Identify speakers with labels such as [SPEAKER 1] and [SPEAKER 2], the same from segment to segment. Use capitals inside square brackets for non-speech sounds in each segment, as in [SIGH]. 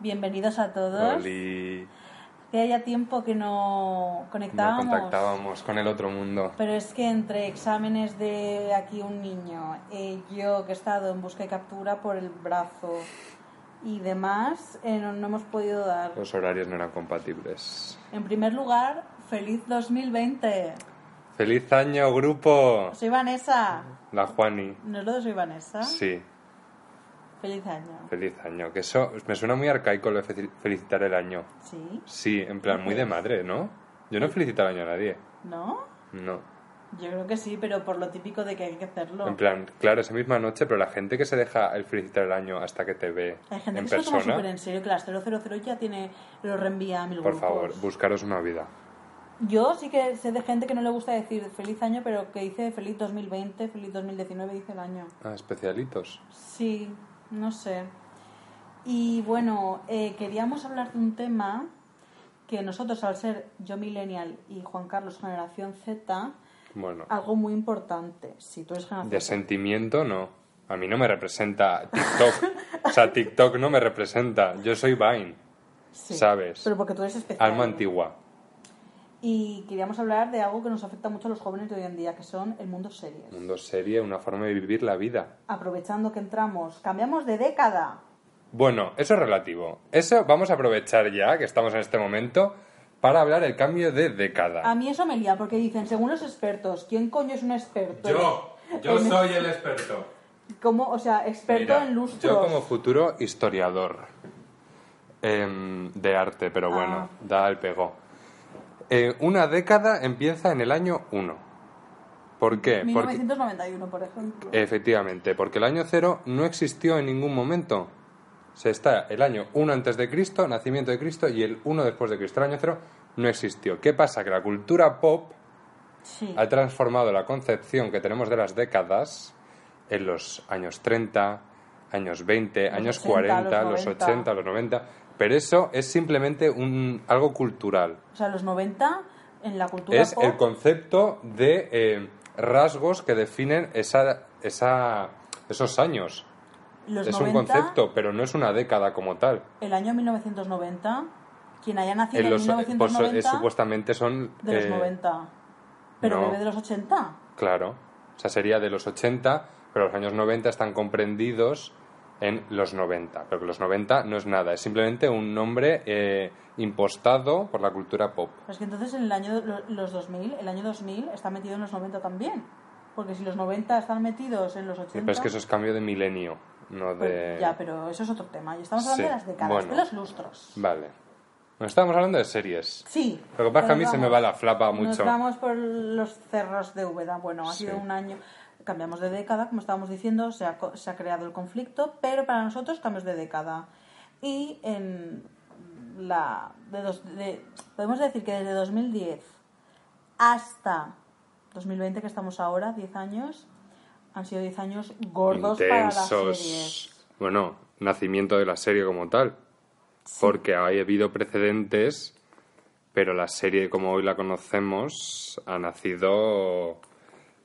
[SPEAKER 1] Bienvenidos a todos.
[SPEAKER 2] Oli,
[SPEAKER 1] Que haya tiempo que no
[SPEAKER 2] no
[SPEAKER 1] conectábamos.
[SPEAKER 2] contactábamos con el otro mundo.
[SPEAKER 1] Pero es que entre exámenes de aquí un niño, eh, yo que he estado en busca y captura por el brazo y demás, eh, no, no hemos podido dar.
[SPEAKER 2] Los horarios no eran compatibles.
[SPEAKER 1] En primer lugar, feliz 2020.
[SPEAKER 2] ¡Feliz año, grupo!
[SPEAKER 1] Soy Vanessa.
[SPEAKER 2] La Juani.
[SPEAKER 1] ¿No es lo de soy Vanessa?
[SPEAKER 2] Sí,
[SPEAKER 1] Feliz año.
[SPEAKER 2] feliz año. Que eso me suena muy arcaico lo de fe- felicitar el año.
[SPEAKER 1] Sí.
[SPEAKER 2] Sí, en plan, muy de
[SPEAKER 1] Pues.
[SPEAKER 2] madre, ¿no? Yo no felicito el año a nadie.
[SPEAKER 1] ¿No?
[SPEAKER 2] No.
[SPEAKER 1] Yo creo que sí, pero por lo típico de que hay que hacerlo.
[SPEAKER 2] En plan, claro, esa misma noche, pero la gente que se deja el felicitar el año hasta que te ve
[SPEAKER 1] hay gente
[SPEAKER 2] en
[SPEAKER 1] que se lo toma súper
[SPEAKER 2] persona,
[SPEAKER 1] en serio, que las 000 ya tiene, lo reenvía a mil
[SPEAKER 2] por
[SPEAKER 1] grupos.
[SPEAKER 2] favor, buscaros una vida.
[SPEAKER 1] Yo sí que sé de gente que no le gusta decir feliz año, pero que dice feliz 2020, feliz 2019, dice el año.
[SPEAKER 2] Ah, especialitos.
[SPEAKER 1] Sí, no sé. Y bueno, eh, queríamos hablar de un tema que nosotros, al ser yo millennial y Juan Carlos generación Z,
[SPEAKER 2] Bueno.
[SPEAKER 1] algo muy importante. Si tú eres generación
[SPEAKER 2] De sentimiento, no. A mí no me representa TikTok. o sea, TikTok no me representa. Yo soy Vine,
[SPEAKER 1] Sí,
[SPEAKER 2] sabes.
[SPEAKER 1] Pero porque tú eres especial.
[SPEAKER 2] alma antigua.
[SPEAKER 1] Y queríamos hablar de algo que nos afecta mucho a los jóvenes de hoy en día, que son el mundo series.
[SPEAKER 2] Mundo serie, una forma de vivir la vida.
[SPEAKER 1] Aprovechando que entramos, cambiamos de década.
[SPEAKER 2] Bueno, eso es relativo. Eso vamos a aprovechar ya, que estamos en este momento, para hablar el cambio de
[SPEAKER 1] A
[SPEAKER 2] década.
[SPEAKER 1] mí eso me lía, porque dicen, según los expertos, ¿quién coño es un experto?
[SPEAKER 2] yo soy el experto.
[SPEAKER 1] Como, o sea, experto en lustros.
[SPEAKER 2] Yo como futuro historiador em, de arte, pero bueno,
[SPEAKER 1] Ah.
[SPEAKER 2] da el pegó. Eh, una década empieza en el año 1. ¿Por qué? Porque, Eh,
[SPEAKER 1] 1991, por ejemplo.
[SPEAKER 2] efectivamente, porque el año 0 no existió en ningún momento. Se está el año 1 antes de Cristo, nacimiento de Cristo, y el 1 después de Cristo. El año 0 no existió. ¿Qué pasa? Que la cultura pop
[SPEAKER 1] sí.
[SPEAKER 2] ha transformado la concepción que tenemos de las décadas en los años 30, años 20, años
[SPEAKER 1] 80,
[SPEAKER 2] 40,
[SPEAKER 1] los
[SPEAKER 2] los
[SPEAKER 1] 90.
[SPEAKER 2] 80, los 90, pero eso es simplemente un, algo cultural.
[SPEAKER 1] O sea, los 90 en la cultura
[SPEAKER 2] es
[SPEAKER 1] pop.
[SPEAKER 2] el concepto de eh, rasgos que definen esa, esa, esos años.
[SPEAKER 1] los
[SPEAKER 2] es
[SPEAKER 1] 90,
[SPEAKER 2] un concepto, pero no es una década como tal.
[SPEAKER 1] El año 1990, quien haya nacido
[SPEAKER 2] En
[SPEAKER 1] en,
[SPEAKER 2] los- pues, eh,
[SPEAKER 1] 1990,
[SPEAKER 2] supuestamente son...
[SPEAKER 1] de los
[SPEAKER 2] eh,
[SPEAKER 1] 90. Pero
[SPEAKER 2] no.
[SPEAKER 1] bebe de los 80.
[SPEAKER 2] Claro. O sea, sería de los 80, pero los años 90 están comprendidos en los 90. Pero que los 90 no es nada, es simplemente un nombre eh, impostado por la cultura pop.
[SPEAKER 1] Pero es que entonces en el año lo- los 2000, el año 2000 está metido en los 90 también. Porque si los 90 están metidos en los 80.
[SPEAKER 2] Pero es que eso es cambio de milenio, no de...
[SPEAKER 1] Pues Ya, pero eso es otro tema. Y estamos hablando
[SPEAKER 2] Sí,
[SPEAKER 1] de las décadas,
[SPEAKER 2] bueno.
[SPEAKER 1] de los lustros.
[SPEAKER 2] Vale. Nos estábamos hablando de series.
[SPEAKER 1] Sí.
[SPEAKER 2] Lo que pasa es que a
[SPEAKER 1] pero
[SPEAKER 2] mí se
[SPEAKER 1] Pues vamos-
[SPEAKER 2] me va la flapa
[SPEAKER 1] Nos
[SPEAKER 2] mucho.
[SPEAKER 1] vamos por los cerros de Úbeda. Bueno, ha
[SPEAKER 2] Sí.
[SPEAKER 1] sido un año. Cambiamos de década, como estábamos diciendo, se ha, co- se ha creado el conflicto, pero para nosotros cambios de década. Y en la. De dos- de- podemos decir que desde 2010 hasta 2020, que estamos ahora, 10 años, han sido 10 años gordos para las series.
[SPEAKER 2] Intensos. Bueno, nacimiento de la serie como tal. Porque ha habido precedentes, pero la serie como hoy la conocemos ha nacido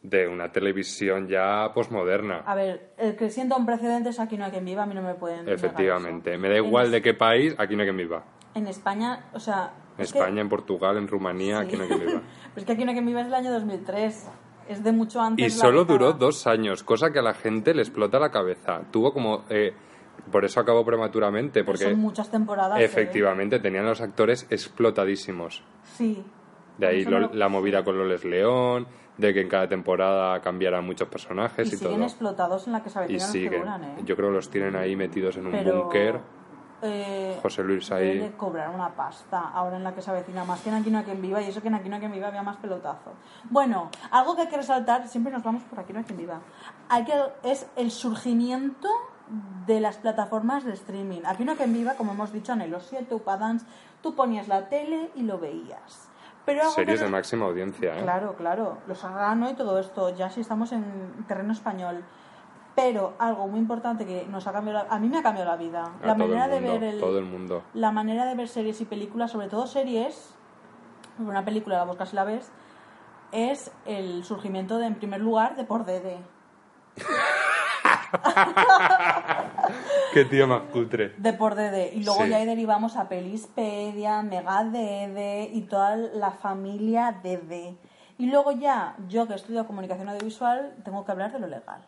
[SPEAKER 2] de una televisión ya posmoderna.
[SPEAKER 1] A ver, el que sientan precedentes aquí no hay quien viva, a mí no Ah, me pueden. negar eso.
[SPEAKER 2] Efectivamente. Me da
[SPEAKER 1] En
[SPEAKER 2] igual de qué país, aquí no hay quien viva.
[SPEAKER 1] En España, o sea.
[SPEAKER 2] En
[SPEAKER 1] es que-
[SPEAKER 2] España, en Portugal, en Rumanía,
[SPEAKER 1] Sí.
[SPEAKER 2] aquí no hay quien viva.
[SPEAKER 1] [LAUGHS] Pero es que aquí no hay quien viva es el año 2003. Es de mucho antes.
[SPEAKER 2] Y
[SPEAKER 1] la
[SPEAKER 2] solo
[SPEAKER 1] década.
[SPEAKER 2] duró dos años, cosa que a la gente le explota la cabeza. Tuvo como eh, Por eso acabó prematuramente, porque
[SPEAKER 1] Son muchas temporadas. ¿eh?
[SPEAKER 2] efectivamente tenían a los actores explotadísimos.
[SPEAKER 1] Sí.
[SPEAKER 2] De ahí
[SPEAKER 1] Eso
[SPEAKER 2] lo-
[SPEAKER 1] no lo-
[SPEAKER 2] la movida con Loles León, de que en cada temporada cambiaran muchos
[SPEAKER 1] Y
[SPEAKER 2] personajes y,
[SPEAKER 1] siguen
[SPEAKER 2] todo.
[SPEAKER 1] explotados en la que se
[SPEAKER 2] Y
[SPEAKER 1] avecinan los que
[SPEAKER 2] siguen.
[SPEAKER 1] duran, ¿eh?
[SPEAKER 2] Yo creo que los tienen ahí metidos en un
[SPEAKER 1] Pero,
[SPEAKER 2] búnker.
[SPEAKER 1] eh,
[SPEAKER 2] José Luis
[SPEAKER 1] deben
[SPEAKER 2] ahí.
[SPEAKER 1] de cobrar una pasta ahora en la que se avecina más que en Aquí no hay quien viva y eso que en Aquí no hay quien viva había más pelotazo. Bueno, algo que hay que resaltar, siempre nos vamos por Aquí no hay quien viva, hay que, es el surgimiento de las plataformas de streaming. Aquí no hay quien viva, como hemos dicho, en los 7, Upadance, tú ponías la tele y lo veías. Pero algo que
[SPEAKER 2] Series de
[SPEAKER 1] no-
[SPEAKER 2] máxima audiencia, ¿eh?
[SPEAKER 1] Claro, claro. Los Serrano y todo esto, ya si estamos en terreno español. Pero algo muy importante que nos ha cambiado, la- a mí me ha cambiado la vida.
[SPEAKER 2] A
[SPEAKER 1] la
[SPEAKER 2] todo
[SPEAKER 1] manera
[SPEAKER 2] el mundo,
[SPEAKER 1] de ver el-
[SPEAKER 2] todo el mundo.
[SPEAKER 1] la manera de ver series y películas, sobre todo series, una película la buscas y la ves, es el surgimiento de, en primer lugar, de por DD.
[SPEAKER 2] Qué tío más cutre.
[SPEAKER 1] De por DD. Y luego
[SPEAKER 2] Sí.
[SPEAKER 1] ya ahí derivamos a Pelispedia, Mega DD y toda la familia DD. Y luego ya, yo que estudio comunicación audiovisual, tengo que hablar de lo legal.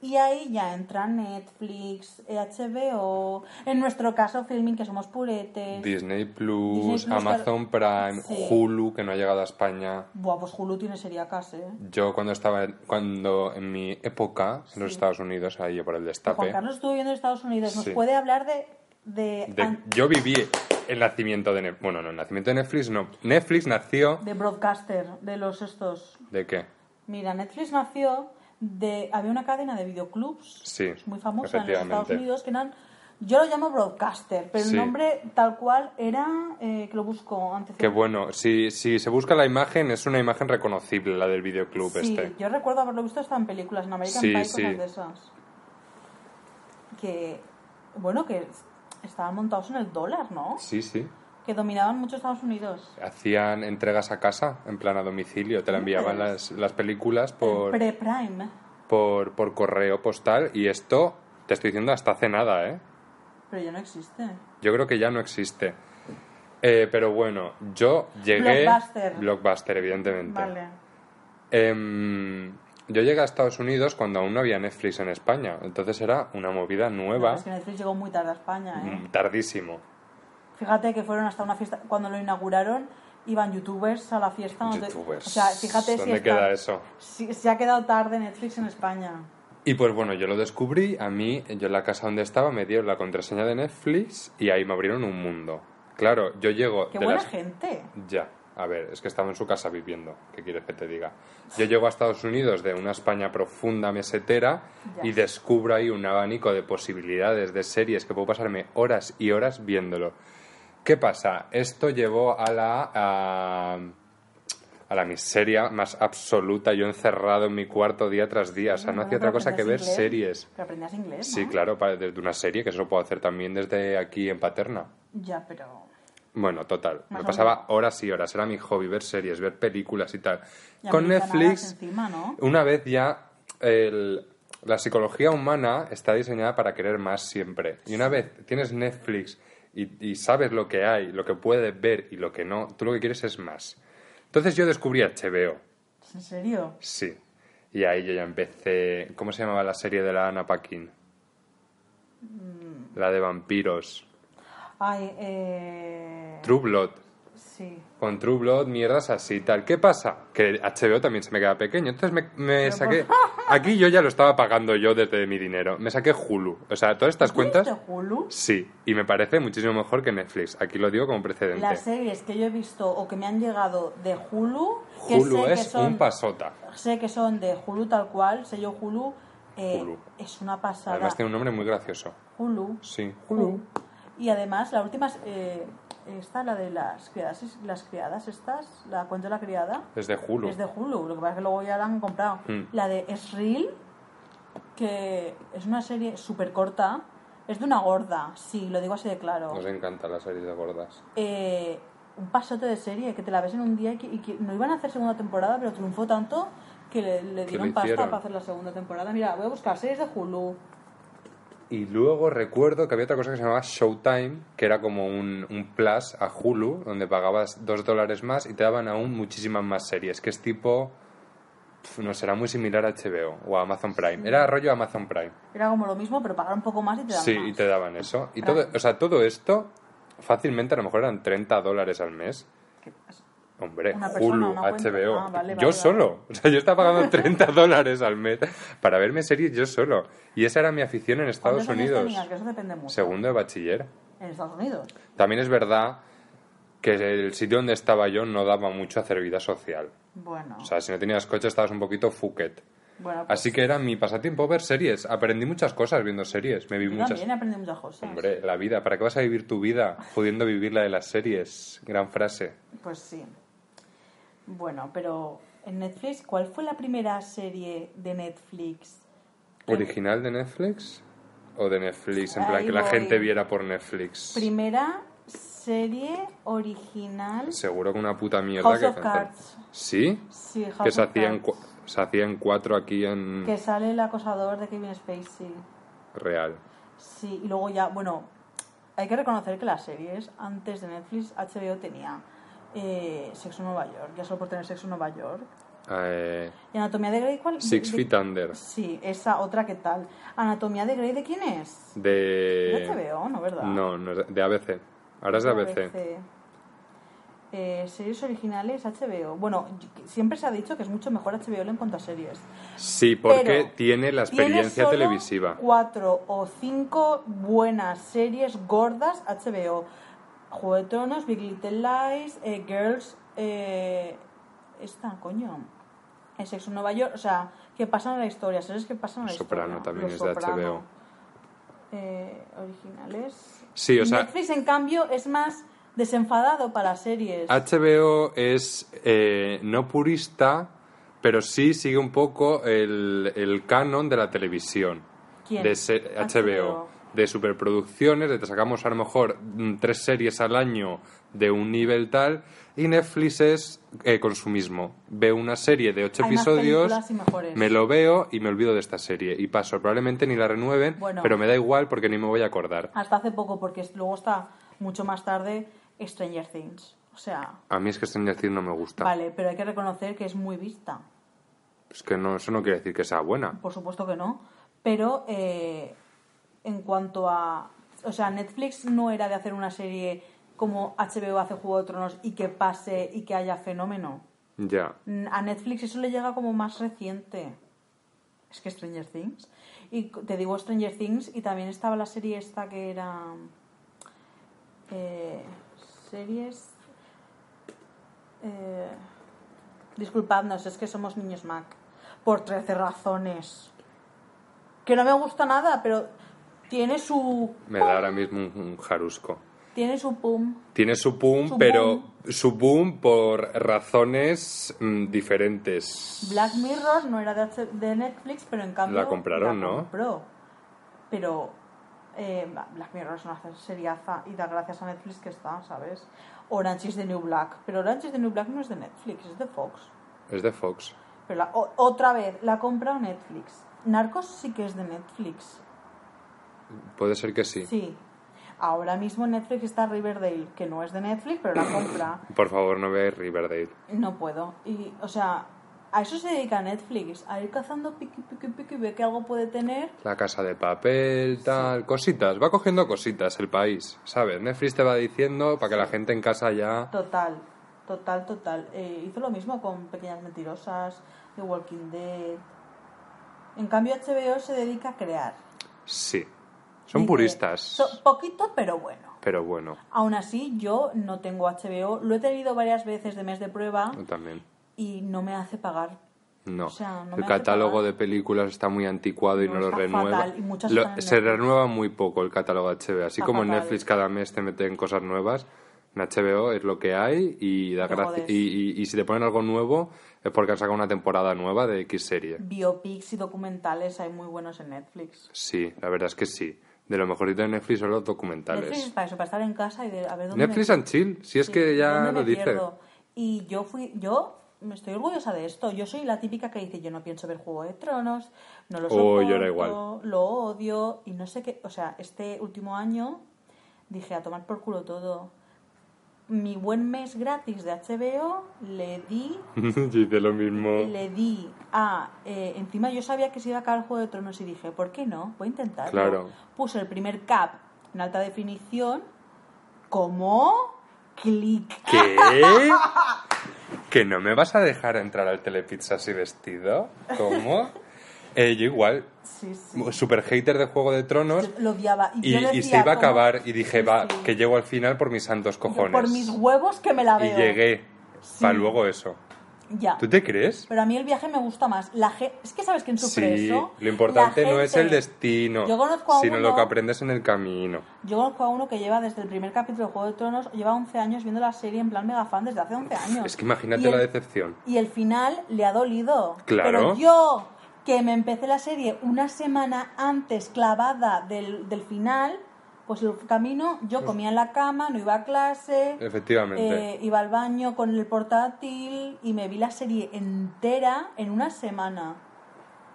[SPEAKER 1] Y ahí ya entra Netflix, HBO, en nuestro caso Filming, que somos puretes.
[SPEAKER 2] Disney Plus,
[SPEAKER 1] Disney Plus,
[SPEAKER 2] Amazon Prime,
[SPEAKER 1] Sí.
[SPEAKER 2] Hulu, que no ha llegado a España.
[SPEAKER 1] Buah, pues Hulu tiene seriacas, ¿eh?
[SPEAKER 2] Yo cuando estaba en- cuando en mi época en los Estados Unidos, ahí yo por el
[SPEAKER 1] Juan
[SPEAKER 2] destape,
[SPEAKER 1] Carlos estuvo viviendo en Estados Unidos. Nos
[SPEAKER 2] Sí.
[SPEAKER 1] puede hablar de... De,
[SPEAKER 2] de-
[SPEAKER 1] an-
[SPEAKER 2] yo viví el nacimiento de Netflix. Bueno, no, el nacimiento de Netflix no. Netflix nació...
[SPEAKER 1] de broadcaster, de los estos.
[SPEAKER 2] ¿De qué?
[SPEAKER 1] Mira, Netflix nació de... Había una cadena de videoclubs
[SPEAKER 2] Sí,
[SPEAKER 1] muy famosa en los Estados
[SPEAKER 2] efectivamente.
[SPEAKER 1] Unidos que eran... Yo lo llamo broadcaster, pero
[SPEAKER 2] Sí.
[SPEAKER 1] el nombre tal cual era... eh, que lo busco antes. de-
[SPEAKER 2] Qué bueno. Si, si se busca la imagen, es una imagen reconocible, la del videoclub
[SPEAKER 1] Sí,
[SPEAKER 2] este.
[SPEAKER 1] yo recuerdo haberlo visto hasta en películas, en American
[SPEAKER 2] Sí,
[SPEAKER 1] Pie,
[SPEAKER 2] sí.
[SPEAKER 1] cosas de esas. Que... Bueno, que estaban montados en el dólar, ¿no?
[SPEAKER 2] Sí, sí.
[SPEAKER 1] Que dominaban mucho Estados Unidos.
[SPEAKER 2] Hacían entregas a casa, en plan a domicilio. Te la
[SPEAKER 1] ¿Cómo
[SPEAKER 2] enviaban las,
[SPEAKER 1] crees?
[SPEAKER 2] las películas por,
[SPEAKER 1] Pre-Prime.
[SPEAKER 2] por, por correo postal. Y esto, te estoy diciendo, hasta hace nada, ¿eh?
[SPEAKER 1] Pero ya no existe.
[SPEAKER 2] Yo creo que ya no existe. Eh, pero bueno, yo llegué...
[SPEAKER 1] Blockbuster.
[SPEAKER 2] Blockbuster, evidentemente.
[SPEAKER 1] Vale.
[SPEAKER 2] Em, yo llegué a Estados Unidos cuando aún no había Netflix en España. Entonces era una movida nueva,
[SPEAKER 1] Es que Netflix llegó muy tarde a España, ¿eh?
[SPEAKER 2] mm, tardísimo.
[SPEAKER 1] Fíjate que fueron hasta una fiesta. Cuando lo inauguraron, iban youtubers a la fiesta. no te-
[SPEAKER 2] Youtubers.
[SPEAKER 1] eh, O sea, fíjate si.
[SPEAKER 2] pues, ¿Dónde
[SPEAKER 1] está-
[SPEAKER 2] queda eso?
[SPEAKER 1] si- se ha quedado tarde Netflix en España.
[SPEAKER 2] Y pues bueno, yo lo descubrí, a mí, yo en la casa donde estaba me dieron la contraseña de Netflix y ahí me abrieron un mundo. Claro, yo llego
[SPEAKER 1] ¡Qué
[SPEAKER 2] de
[SPEAKER 1] buena
[SPEAKER 2] las...
[SPEAKER 1] gente!
[SPEAKER 2] Ya, a ver, es que estaba en su casa viviendo, ¿qué quieres que te diga? Yo llego a Estados Unidos de una España profunda mesetera
[SPEAKER 1] Ya.
[SPEAKER 2] y descubro ahí un abanico de posibilidades, de series que puedo pasarme horas y horas viéndolo. ¿Qué pasa? Esto llevó a la... A, a la miseria más absoluta, yo encerrado en mi cuarto día tras día, o sea, no hacía otra cosa que ver
[SPEAKER 1] Aprendías inglés,
[SPEAKER 2] series.
[SPEAKER 1] Pero aprendías inglés.
[SPEAKER 2] Sí,
[SPEAKER 1] ¿no?
[SPEAKER 2] claro, para- desde una serie, que eso lo puedo hacer también desde aquí en Paterna.
[SPEAKER 1] Ya, pero.
[SPEAKER 2] Bueno, total.
[SPEAKER 1] Más
[SPEAKER 2] me
[SPEAKER 1] o
[SPEAKER 2] pasaba
[SPEAKER 1] menos.
[SPEAKER 2] horas y horas. Era mi hobby ver series, ver películas y tal.
[SPEAKER 1] Y
[SPEAKER 2] Con
[SPEAKER 1] americanadas
[SPEAKER 2] Netflix,
[SPEAKER 1] encima, ¿no?
[SPEAKER 2] una vez ya, el- la psicología humana está diseñada para querer más siempre. Y una vez tienes Netflix y, y sabes lo que hay, lo que puedes ver y lo que no, tú lo que quieres es más. Entonces yo descubrí HBO.
[SPEAKER 1] ¿En serio?
[SPEAKER 2] Sí. Y ahí yo ya empecé. ¿Cómo se llamaba la serie de la Ana Paquin?
[SPEAKER 1] Mm.
[SPEAKER 2] La de vampiros.
[SPEAKER 1] Ay, eh.
[SPEAKER 2] True Blood.
[SPEAKER 1] Sí.
[SPEAKER 2] Con True Blood, mierdas así tal. ¿Qué pasa? Que el HBO también se me queda pequeño. Entonces me, me
[SPEAKER 1] por-
[SPEAKER 2] saqué. Aquí yo ya lo estaba pagando yo desde mi dinero. Me saqué Hulu. O sea, todas estas cuentas.
[SPEAKER 1] ¿Tuviste Hulu?
[SPEAKER 2] Sí. Y me parece muchísimo mejor que Netflix. Aquí lo digo como precedente.
[SPEAKER 1] Las series que yo he visto o que me han llegado de Hulu. Que
[SPEAKER 2] Hulu
[SPEAKER 1] sé
[SPEAKER 2] es
[SPEAKER 1] que son...
[SPEAKER 2] un pasota.
[SPEAKER 1] sé que son de Hulu tal cual, sello Hulu, eh,
[SPEAKER 2] Hulu.
[SPEAKER 1] es una pasada.
[SPEAKER 2] Además tiene un nombre muy gracioso.
[SPEAKER 1] Hulu.
[SPEAKER 2] Sí.
[SPEAKER 1] Y además la última es, eh, esta, la de las criadas, es- las criadas estas, la cuento de la criada,
[SPEAKER 2] Es de Hulu.
[SPEAKER 1] es de Hulu, lo que pasa es que luego ya la han comprado.
[SPEAKER 2] Mm.
[SPEAKER 1] La de Es Real, que es una serie súper corta, es de una gorda, sí, lo digo así de claro.
[SPEAKER 2] Nos encantan las series de gordas.
[SPEAKER 1] Eh, un pasote de serie que te la ves en un día y que, y que no iban a hacer segunda temporada, pero triunfó tanto que le, le
[SPEAKER 2] Que
[SPEAKER 1] dieron
[SPEAKER 2] lo
[SPEAKER 1] pasta
[SPEAKER 2] hicieron.
[SPEAKER 1] para hacer la segunda temporada. Mira, voy a buscar series de Hulu.
[SPEAKER 2] Y luego recuerdo que había otra cosa que se llamaba Showtime, que era como un, un plus a Hulu, donde pagabas dos dólares más y te daban aún muchísimas más series, que es tipo pf, no será muy similar a HBO o a Amazon Prime. Era rollo Amazon Prime.
[SPEAKER 1] Era como lo mismo, pero pagar un poco más y te dan
[SPEAKER 2] Sí,
[SPEAKER 1] más.
[SPEAKER 2] y te daban eso. Y
[SPEAKER 1] Claro.
[SPEAKER 2] todo, o sea, todo esto fácilmente a lo mejor eran 30 dólares al mes.
[SPEAKER 1] Que-
[SPEAKER 2] Hombre,
[SPEAKER 1] Una persona,
[SPEAKER 2] Hulu,
[SPEAKER 1] una cuenta.
[SPEAKER 2] HBO.
[SPEAKER 1] Ah, vale, vale,
[SPEAKER 2] yo
[SPEAKER 1] vale.
[SPEAKER 2] solo. O sea, yo estaba
[SPEAKER 1] [LAUGHS]
[SPEAKER 2] pagando 30 dólares al mes para verme series yo solo. Y esa era mi afición en Estados
[SPEAKER 1] ¿Cuántos años
[SPEAKER 2] Unidos.
[SPEAKER 1] tenías? Que eso depende mucho.
[SPEAKER 2] Segundo de bachiller.
[SPEAKER 1] En Estados Unidos.
[SPEAKER 2] También es verdad que el sitio donde estaba yo no daba mucho a hacer vida social.
[SPEAKER 1] Bueno.
[SPEAKER 2] O sea, si no tenías coche estabas un poquito fuquet.
[SPEAKER 1] bueno pues,
[SPEAKER 2] Así que era mi pasatiempo ver series. Aprendí muchas cosas viendo series. Me vi
[SPEAKER 1] yo
[SPEAKER 2] muchas.
[SPEAKER 1] también he aprendido muchas cosas.
[SPEAKER 2] Hombre, la vida. ¿Para qué vas a vivir tu vida pudiendo vivir la de las series? Gran frase.
[SPEAKER 1] Pues sí. Bueno, pero en Netflix, ¿cuál fue la primera serie de Netflix?
[SPEAKER 2] ¿Original de Netflix? ¿O de Netflix? En plan,
[SPEAKER 1] Eh. Ahí
[SPEAKER 2] que la
[SPEAKER 1] voy.
[SPEAKER 2] gente viera por Netflix.
[SPEAKER 1] Primera serie original.
[SPEAKER 2] Seguro que una puta mierda
[SPEAKER 1] House
[SPEAKER 2] que
[SPEAKER 1] of
[SPEAKER 2] cantan.
[SPEAKER 1] Cards.
[SPEAKER 2] ¿Sí?
[SPEAKER 1] Sí, House
[SPEAKER 2] que se
[SPEAKER 1] of
[SPEAKER 2] hacían, mm.
[SPEAKER 1] Cards.
[SPEAKER 2] cua- se hacían cuatro aquí en
[SPEAKER 1] Que sale el acosador de Kevin Spacey.
[SPEAKER 2] Real.
[SPEAKER 1] Sí, y luego ya, bueno, hay que reconocer que las series antes de Netflix, HBO tenía eh, Sexo en Nueva York, ya solo por tener Sexo en Nueva York.
[SPEAKER 2] Eh,
[SPEAKER 1] ¿Y Anatomía de Grey cuál?
[SPEAKER 2] Six
[SPEAKER 1] de-
[SPEAKER 2] Feet
[SPEAKER 1] de-
[SPEAKER 2] Under.
[SPEAKER 1] Sí, esa otra, ¿qué tal? ¿Anatomía de Grey de quién es?
[SPEAKER 2] De...
[SPEAKER 1] De HBO, ¿no, verdad?
[SPEAKER 2] No, no es de- de ABC. Ahora es de ABC.
[SPEAKER 1] ABC. Eh, series originales HBO. Bueno, yo- siempre se ha dicho que es mucho mejor HBO en cuanto a series.
[SPEAKER 2] Sí, porque
[SPEAKER 1] Pero
[SPEAKER 2] tiene la experiencia
[SPEAKER 1] Tiene solo
[SPEAKER 2] televisiva.
[SPEAKER 1] Cuatro o cinco buenas series gordas HBO. Juego de Tronos, Big Little Lies, eh, Girls, eh, esta, coño. El sexo en Nueva York, o sea, que pasan a la historia, series que pasan a la
[SPEAKER 2] Soprano
[SPEAKER 1] historia.
[SPEAKER 2] también
[SPEAKER 1] Los
[SPEAKER 2] es de
[SPEAKER 1] Soprano.
[SPEAKER 2] HBO.
[SPEAKER 1] Eh, originales.
[SPEAKER 2] Sí, o sea-
[SPEAKER 1] Netflix, en cambio, es más desenfadado para series.
[SPEAKER 2] Ah, HBO es eh, no purista, pero sí sigue un poco el, el canon de la televisión.
[SPEAKER 1] ¿Quién?
[SPEAKER 2] De se- HBO.
[SPEAKER 1] HBO.
[SPEAKER 2] De superproducciones, de te sacamos a lo mejor mm, tres series al año de un nivel tal. Y Netflix es eh, consumismo. Veo una serie de ocho
[SPEAKER 1] Hay más
[SPEAKER 2] episodios,
[SPEAKER 1] películas y mejores.
[SPEAKER 2] me lo veo y me olvido de esta serie. Y paso, probablemente ni la renueven,
[SPEAKER 1] Bueno.
[SPEAKER 2] pero me da igual porque ni me voy a acordar.
[SPEAKER 1] Hasta hace poco, porque es- luego está mucho más tarde Stranger Things. O sea,
[SPEAKER 2] A mí es que Stranger Things no me gusta.
[SPEAKER 1] vale, pero hay que reconocer que es muy vista.
[SPEAKER 2] Es que no, eso no quiere decir que sea buena.
[SPEAKER 1] Por supuesto que no. Pero eh, en cuanto a. O sea, Netflix no era de hacer una serie como HBO hace Juego de Tronos y que pase y que haya fenómeno.
[SPEAKER 2] Ya.
[SPEAKER 1] Mm, A Netflix eso le llega como más reciente. Es que Stranger Things. Y c- te digo Stranger Things y también estaba la serie esta que era... eh, series... Eh, disculpadnos, es que somos niños Mac. Por 13 razones. Que no me gusta nada, pero tiene su...
[SPEAKER 2] Me da ahora mismo un, un jarusco.
[SPEAKER 1] Tiene su pum.
[SPEAKER 2] Tiene su boom,
[SPEAKER 1] Su
[SPEAKER 2] pero
[SPEAKER 1] boom.
[SPEAKER 2] su boom por razones mm, diferentes.
[SPEAKER 1] Black Mirror no era de, H- de Netflix, pero en cambio.
[SPEAKER 2] La compraron,
[SPEAKER 1] la
[SPEAKER 2] ¿no?
[SPEAKER 1] compró. Pero. eh, Black Mirror es una seriaza y da gracias a Netflix que está, ¿sabes? Orange is the New Black. Pero Orange is the New Black no es de Netflix, es de Fox.
[SPEAKER 2] Es de Fox.
[SPEAKER 1] Pero la- o- otra vez, la compró Netflix. Narcos sí que es de Netflix.
[SPEAKER 2] Puede ser que sí.
[SPEAKER 1] Sí. Ahora mismo en Netflix está Riverdale, que no es de Netflix, pero
[SPEAKER 2] [COUGHS]
[SPEAKER 1] la compra.
[SPEAKER 2] Por favor, no veáis Riverdale.
[SPEAKER 1] No puedo. Y, o sea, a eso se dedica Netflix, a ir cazando piqui, piqui, piqui, ve que algo puede tener.
[SPEAKER 2] La casa de papel, tal, cositas. Va cogiendo cositas el país, ¿sabes? Netflix te va diciendo para que la gente en casa ya...
[SPEAKER 1] Total, total, total. Eh, hizo lo mismo con Pequeñas Mentirosas, The Walking Dead. En cambio, HBO se dedica a crear.
[SPEAKER 2] Sí. Son
[SPEAKER 1] Dice,
[SPEAKER 2] puristas.
[SPEAKER 1] "So- poquito, pero bueno.
[SPEAKER 2] Pero bueno,
[SPEAKER 1] Aún así, yo no tengo HBO. Lo he tenido varias veces de mes de prueba
[SPEAKER 2] yo también.
[SPEAKER 1] y no me hace pagar.
[SPEAKER 2] No.
[SPEAKER 1] O sea, no me
[SPEAKER 2] el
[SPEAKER 1] hace
[SPEAKER 2] catálogo
[SPEAKER 1] pagar.
[SPEAKER 2] de películas está muy anticuado y no,
[SPEAKER 1] No,
[SPEAKER 2] lo
[SPEAKER 1] está
[SPEAKER 2] renueva.
[SPEAKER 1] fatal, y muchas
[SPEAKER 2] Lo-
[SPEAKER 1] están en
[SPEAKER 2] se
[SPEAKER 1] Netflix.
[SPEAKER 2] renueva muy poco el catálogo de HBO. Así
[SPEAKER 1] Está
[SPEAKER 2] como en
[SPEAKER 1] fatal.
[SPEAKER 2] Netflix cada mes te meten cosas nuevas, en HBO es lo que hay y da
[SPEAKER 1] Te
[SPEAKER 2] gracia.
[SPEAKER 1] jodes.
[SPEAKER 2] Y, y- y si te ponen algo nuevo es porque han sacado una temporada nueva de X
[SPEAKER 1] Mm.
[SPEAKER 2] serie.
[SPEAKER 1] Biopics y documentales hay muy buenos en Netflix.
[SPEAKER 2] Sí, la verdad es que sí. De lo mejorito de Netflix son los documentales.
[SPEAKER 1] Netflix es
[SPEAKER 2] Netflix,
[SPEAKER 1] para eso, para estar en casa y de, a ver dónde me-
[SPEAKER 2] and chill, si es
[SPEAKER 1] Sí,
[SPEAKER 2] que ya
[SPEAKER 1] ¿dónde me
[SPEAKER 2] lo dice. [LAUGHS]
[SPEAKER 1] pierdo? Y yo fui, yo me estoy orgullosa de esto. Yo soy la típica que dice, yo no pienso ver Juego de Tronos, no lo soporto,
[SPEAKER 2] Oh, yo era igual.
[SPEAKER 1] lo odio y no sé qué. O sea, este último año dije a tomar por culo todo. mi buen mes gratis de HBO le di
[SPEAKER 2] Yo hice lo mismo.
[SPEAKER 1] le di a eh, encima yo sabía que se iba a acabar Juego de Tronos y dije ¿por qué no? voy a intentarlo
[SPEAKER 2] Claro.
[SPEAKER 1] puse el primer cap en alta definición como clic
[SPEAKER 2] ¿Qué? ¿Que no me vas a dejar entrar al Telepizza así vestido? ¿Cómo? Eh, yo igual,
[SPEAKER 1] sí, sí.
[SPEAKER 2] super hater de Juego de Tronos
[SPEAKER 1] lo odiaba y,
[SPEAKER 2] y,
[SPEAKER 1] yo
[SPEAKER 2] y
[SPEAKER 1] decía,
[SPEAKER 2] se iba a
[SPEAKER 1] ¿cómo?
[SPEAKER 2] acabar y dije,
[SPEAKER 1] Sí,
[SPEAKER 2] va,
[SPEAKER 1] sí.
[SPEAKER 2] que llego al final por mis santos
[SPEAKER 1] Yo,
[SPEAKER 2] cojones.
[SPEAKER 1] por mis huevos que me la
[SPEAKER 2] y
[SPEAKER 1] veo
[SPEAKER 2] llegué.
[SPEAKER 1] Sí.
[SPEAKER 2] Para luego eso.
[SPEAKER 1] ya
[SPEAKER 2] ¿Tú te crees?
[SPEAKER 1] Pero a mí el viaje me gusta más. La ge- es que sabes quién sufre
[SPEAKER 2] Sí,
[SPEAKER 1] eso.
[SPEAKER 2] lo importante
[SPEAKER 1] La
[SPEAKER 2] no es
[SPEAKER 1] gente-
[SPEAKER 2] el destino,
[SPEAKER 1] Yo conozco a
[SPEAKER 2] sino
[SPEAKER 1] uno-
[SPEAKER 2] lo que aprendes en el camino.
[SPEAKER 1] Yo conozco a uno que lleva desde el primer capítulo de Juego de Tronos, lleva 11 años viendo la serie en plan mega fan desde hace 11 años.
[SPEAKER 2] Es que imagínate
[SPEAKER 1] Y el-
[SPEAKER 2] la decepción.
[SPEAKER 1] Y el final le ha dolido.
[SPEAKER 2] Claro.
[SPEAKER 1] Pero yo, que me empecé la serie una semana antes clavada del, del final, pues el camino, yo comía en la cama, no iba a clase.
[SPEAKER 2] Efectivamente.
[SPEAKER 1] eh, iba al baño con el portátil y me vi la serie entera en una semana.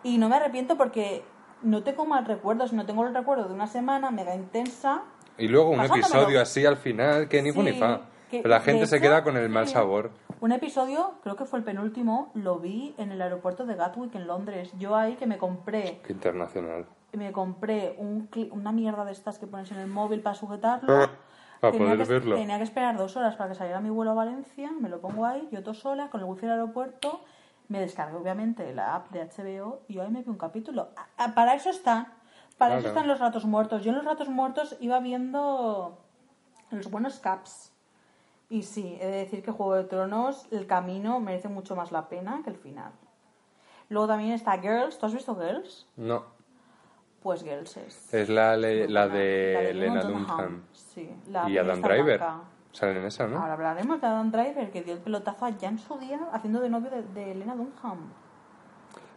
[SPEAKER 1] Y no me arrepiento porque no tengo mal recuerdo, no tengo el recuerdo de una semana mega intensa.
[SPEAKER 2] y luego un
[SPEAKER 1] pasándomelo.
[SPEAKER 2] episodio así al final, que ni fu ni
[SPEAKER 1] Sí,
[SPEAKER 2] fa.
[SPEAKER 1] que-
[SPEAKER 2] Pero la gente
[SPEAKER 1] de
[SPEAKER 2] se
[SPEAKER 1] hecho,
[SPEAKER 2] queda con el mal
[SPEAKER 1] sí.
[SPEAKER 2] sabor.
[SPEAKER 1] Un episodio, creo que fue el penúltimo, lo vi en el aeropuerto de Gatwick en Londres. Yo ahí que me compré,
[SPEAKER 2] Qué internacional.
[SPEAKER 1] me compré un cli- una mierda de estas que pones en el móvil para
[SPEAKER 2] [LAUGHS]
[SPEAKER 1] sujetarlo.
[SPEAKER 2] Para
[SPEAKER 1] Tenía
[SPEAKER 2] poder
[SPEAKER 1] que-
[SPEAKER 2] verlo.
[SPEAKER 1] Tenía que esperar dos horas para que saliera mi vuelo a Valencia, me lo pongo ahí, yo todo sola, con el wifi del aeropuerto, me descargué obviamente la app de HBO y yo ahí me vi un capítulo. A- a- para eso están, para eso
[SPEAKER 2] Claro.
[SPEAKER 1] están los ratos muertos. Yo en los ratos muertos iba viendo los buenos caps. Y sí, he de decir que Juego de Tronos, el camino merece mucho más la pena que el final. Luego también está Girls, ¿tú has visto Girls?
[SPEAKER 2] No,
[SPEAKER 1] Pues Girls es.
[SPEAKER 2] es la, le- la de
[SPEAKER 1] La
[SPEAKER 2] Elena
[SPEAKER 1] Dunham.
[SPEAKER 2] Dunham.
[SPEAKER 1] Sí, la
[SPEAKER 2] y
[SPEAKER 1] de
[SPEAKER 2] Adam
[SPEAKER 1] esta
[SPEAKER 2] Driver.
[SPEAKER 1] blanca.
[SPEAKER 2] Salen en esa, ¿no?
[SPEAKER 1] Ahora hablaremos de Adam Driver, que dio el pelotazo allá en su día haciendo de novio de, de Elena Dunham.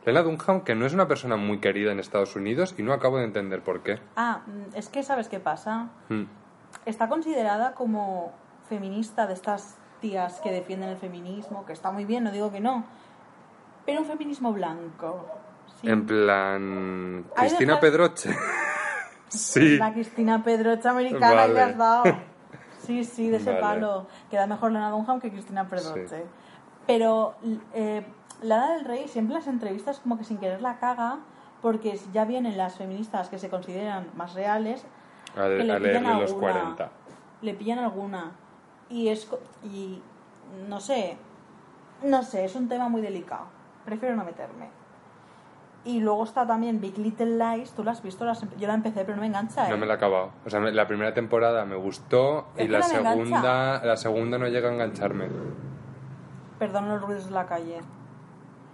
[SPEAKER 2] Elena Dunham, que no es una persona muy querida en Estados Unidos y no acabo de entender por qué.
[SPEAKER 1] Ah, mm, es que ¿sabes qué pasa?
[SPEAKER 2] Mm.
[SPEAKER 1] Está considerada como feminista de estas tías que defienden el feminismo, que está muy bien, no digo que no, pero un feminismo blanco. sí.
[SPEAKER 2] En plan.
[SPEAKER 1] Hay
[SPEAKER 2] Cristina
[SPEAKER 1] otras- [LAUGHS]
[SPEAKER 2] Pedroche. sí.
[SPEAKER 1] La Cristina Pedroche americana
[SPEAKER 2] Vale.
[SPEAKER 1] que has
[SPEAKER 2] [LAUGHS]
[SPEAKER 1] dado. Sí, sí, de ese
[SPEAKER 2] Vale.
[SPEAKER 1] palo. Queda mejor Lana Dunham que Cristina Pedroche.
[SPEAKER 2] Sí.
[SPEAKER 1] Pero eh, Lana del Rey siempre en las entrevistas como que sin querer la caga porque ya vienen las feministas que se consideran más reales
[SPEAKER 2] A,
[SPEAKER 1] que le
[SPEAKER 2] a
[SPEAKER 1] pillan
[SPEAKER 2] leerle los
[SPEAKER 1] alguna.
[SPEAKER 2] 40.
[SPEAKER 1] Le pillan alguna. Y es... co- Y no sé. No sé, es un tema muy delicado. Prefiero no meterme. Y luego está también Big Little Lies. ¿Tú la has visto? Las em- Yo la empecé, pero no me engancha.
[SPEAKER 2] No
[SPEAKER 1] ¿eh?
[SPEAKER 2] me la he acabado. O sea, me- la primera temporada me gustó
[SPEAKER 1] Es
[SPEAKER 2] y
[SPEAKER 1] que
[SPEAKER 2] la
[SPEAKER 1] no me engancha.
[SPEAKER 2] segunda, la segunda no llega a engancharme.
[SPEAKER 1] Perdón los ruidos de la calle.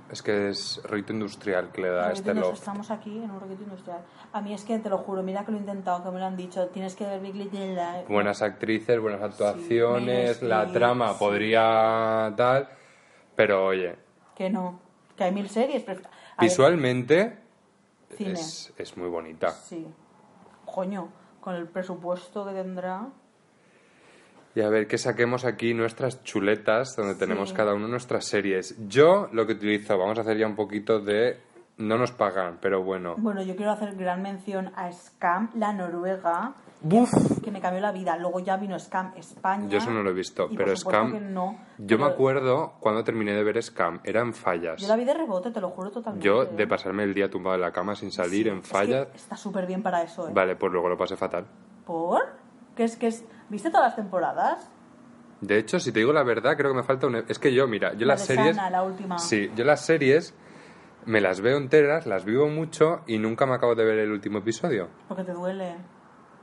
[SPEAKER 2] Es que es rito industrial que le da
[SPEAKER 1] Porque
[SPEAKER 2] este
[SPEAKER 1] nos-
[SPEAKER 2] loft.
[SPEAKER 1] Estamos aquí en un roquete industrial. A mí es que te lo juro, mira que lo he intentado, que me lo han dicho. Tienes que ver Big Little Lies.
[SPEAKER 2] Buenas actrices, buenas actuaciones,
[SPEAKER 1] menos
[SPEAKER 2] la
[SPEAKER 1] y-
[SPEAKER 2] trama
[SPEAKER 1] sí.
[SPEAKER 2] podría tal, pero oye,
[SPEAKER 1] Que no, que hay mil series. Pero... A ver,
[SPEAKER 2] visualmente
[SPEAKER 1] cine.
[SPEAKER 2] es, es muy bonita.
[SPEAKER 1] Sí. Coño, con el presupuesto que tendrá.
[SPEAKER 2] Y a ver, que saquemos aquí nuestras chuletas, donde
[SPEAKER 1] Sí.
[SPEAKER 2] tenemos cada uno nuestras series. Yo lo que utilizo, vamos a hacer ya un poquito de... No nos pagan, pero bueno.
[SPEAKER 1] Bueno, yo quiero hacer gran mención a Scam, la noruega,
[SPEAKER 2] ¡Buf!
[SPEAKER 1] que me cambió la vida. Luego ya vino Scam España.
[SPEAKER 2] Yo eso no lo he visto,
[SPEAKER 1] y por
[SPEAKER 2] pero
[SPEAKER 1] supuesto
[SPEAKER 2] Scam...
[SPEAKER 1] que no.
[SPEAKER 2] Yo me
[SPEAKER 1] Pero
[SPEAKER 2] acuerdo cuando terminé de ver Scam, eran fallas.
[SPEAKER 1] Yo la vi de rebote, te lo juro totalmente.
[SPEAKER 2] Yo,
[SPEAKER 1] ¿eh?
[SPEAKER 2] de pasarme el día tumbado en la cama sin salir, en
[SPEAKER 1] Es que
[SPEAKER 2] fallas...
[SPEAKER 1] está súper bien para eso, ¿eh?
[SPEAKER 2] Vale, pues luego lo pasé fatal.
[SPEAKER 1] ¿Por? ¿Qué es que es? ¿Viste todas las temporadas?
[SPEAKER 2] De hecho, si te digo la verdad, creo que me falta un... e- Es que yo, mira, yo
[SPEAKER 1] La
[SPEAKER 2] las
[SPEAKER 1] de
[SPEAKER 2] series...
[SPEAKER 1] Sana, la última.
[SPEAKER 2] Sí, yo las series me las veo enteras, las vivo mucho y nunca me acabo de ver el último episodio.
[SPEAKER 1] Porque te duele.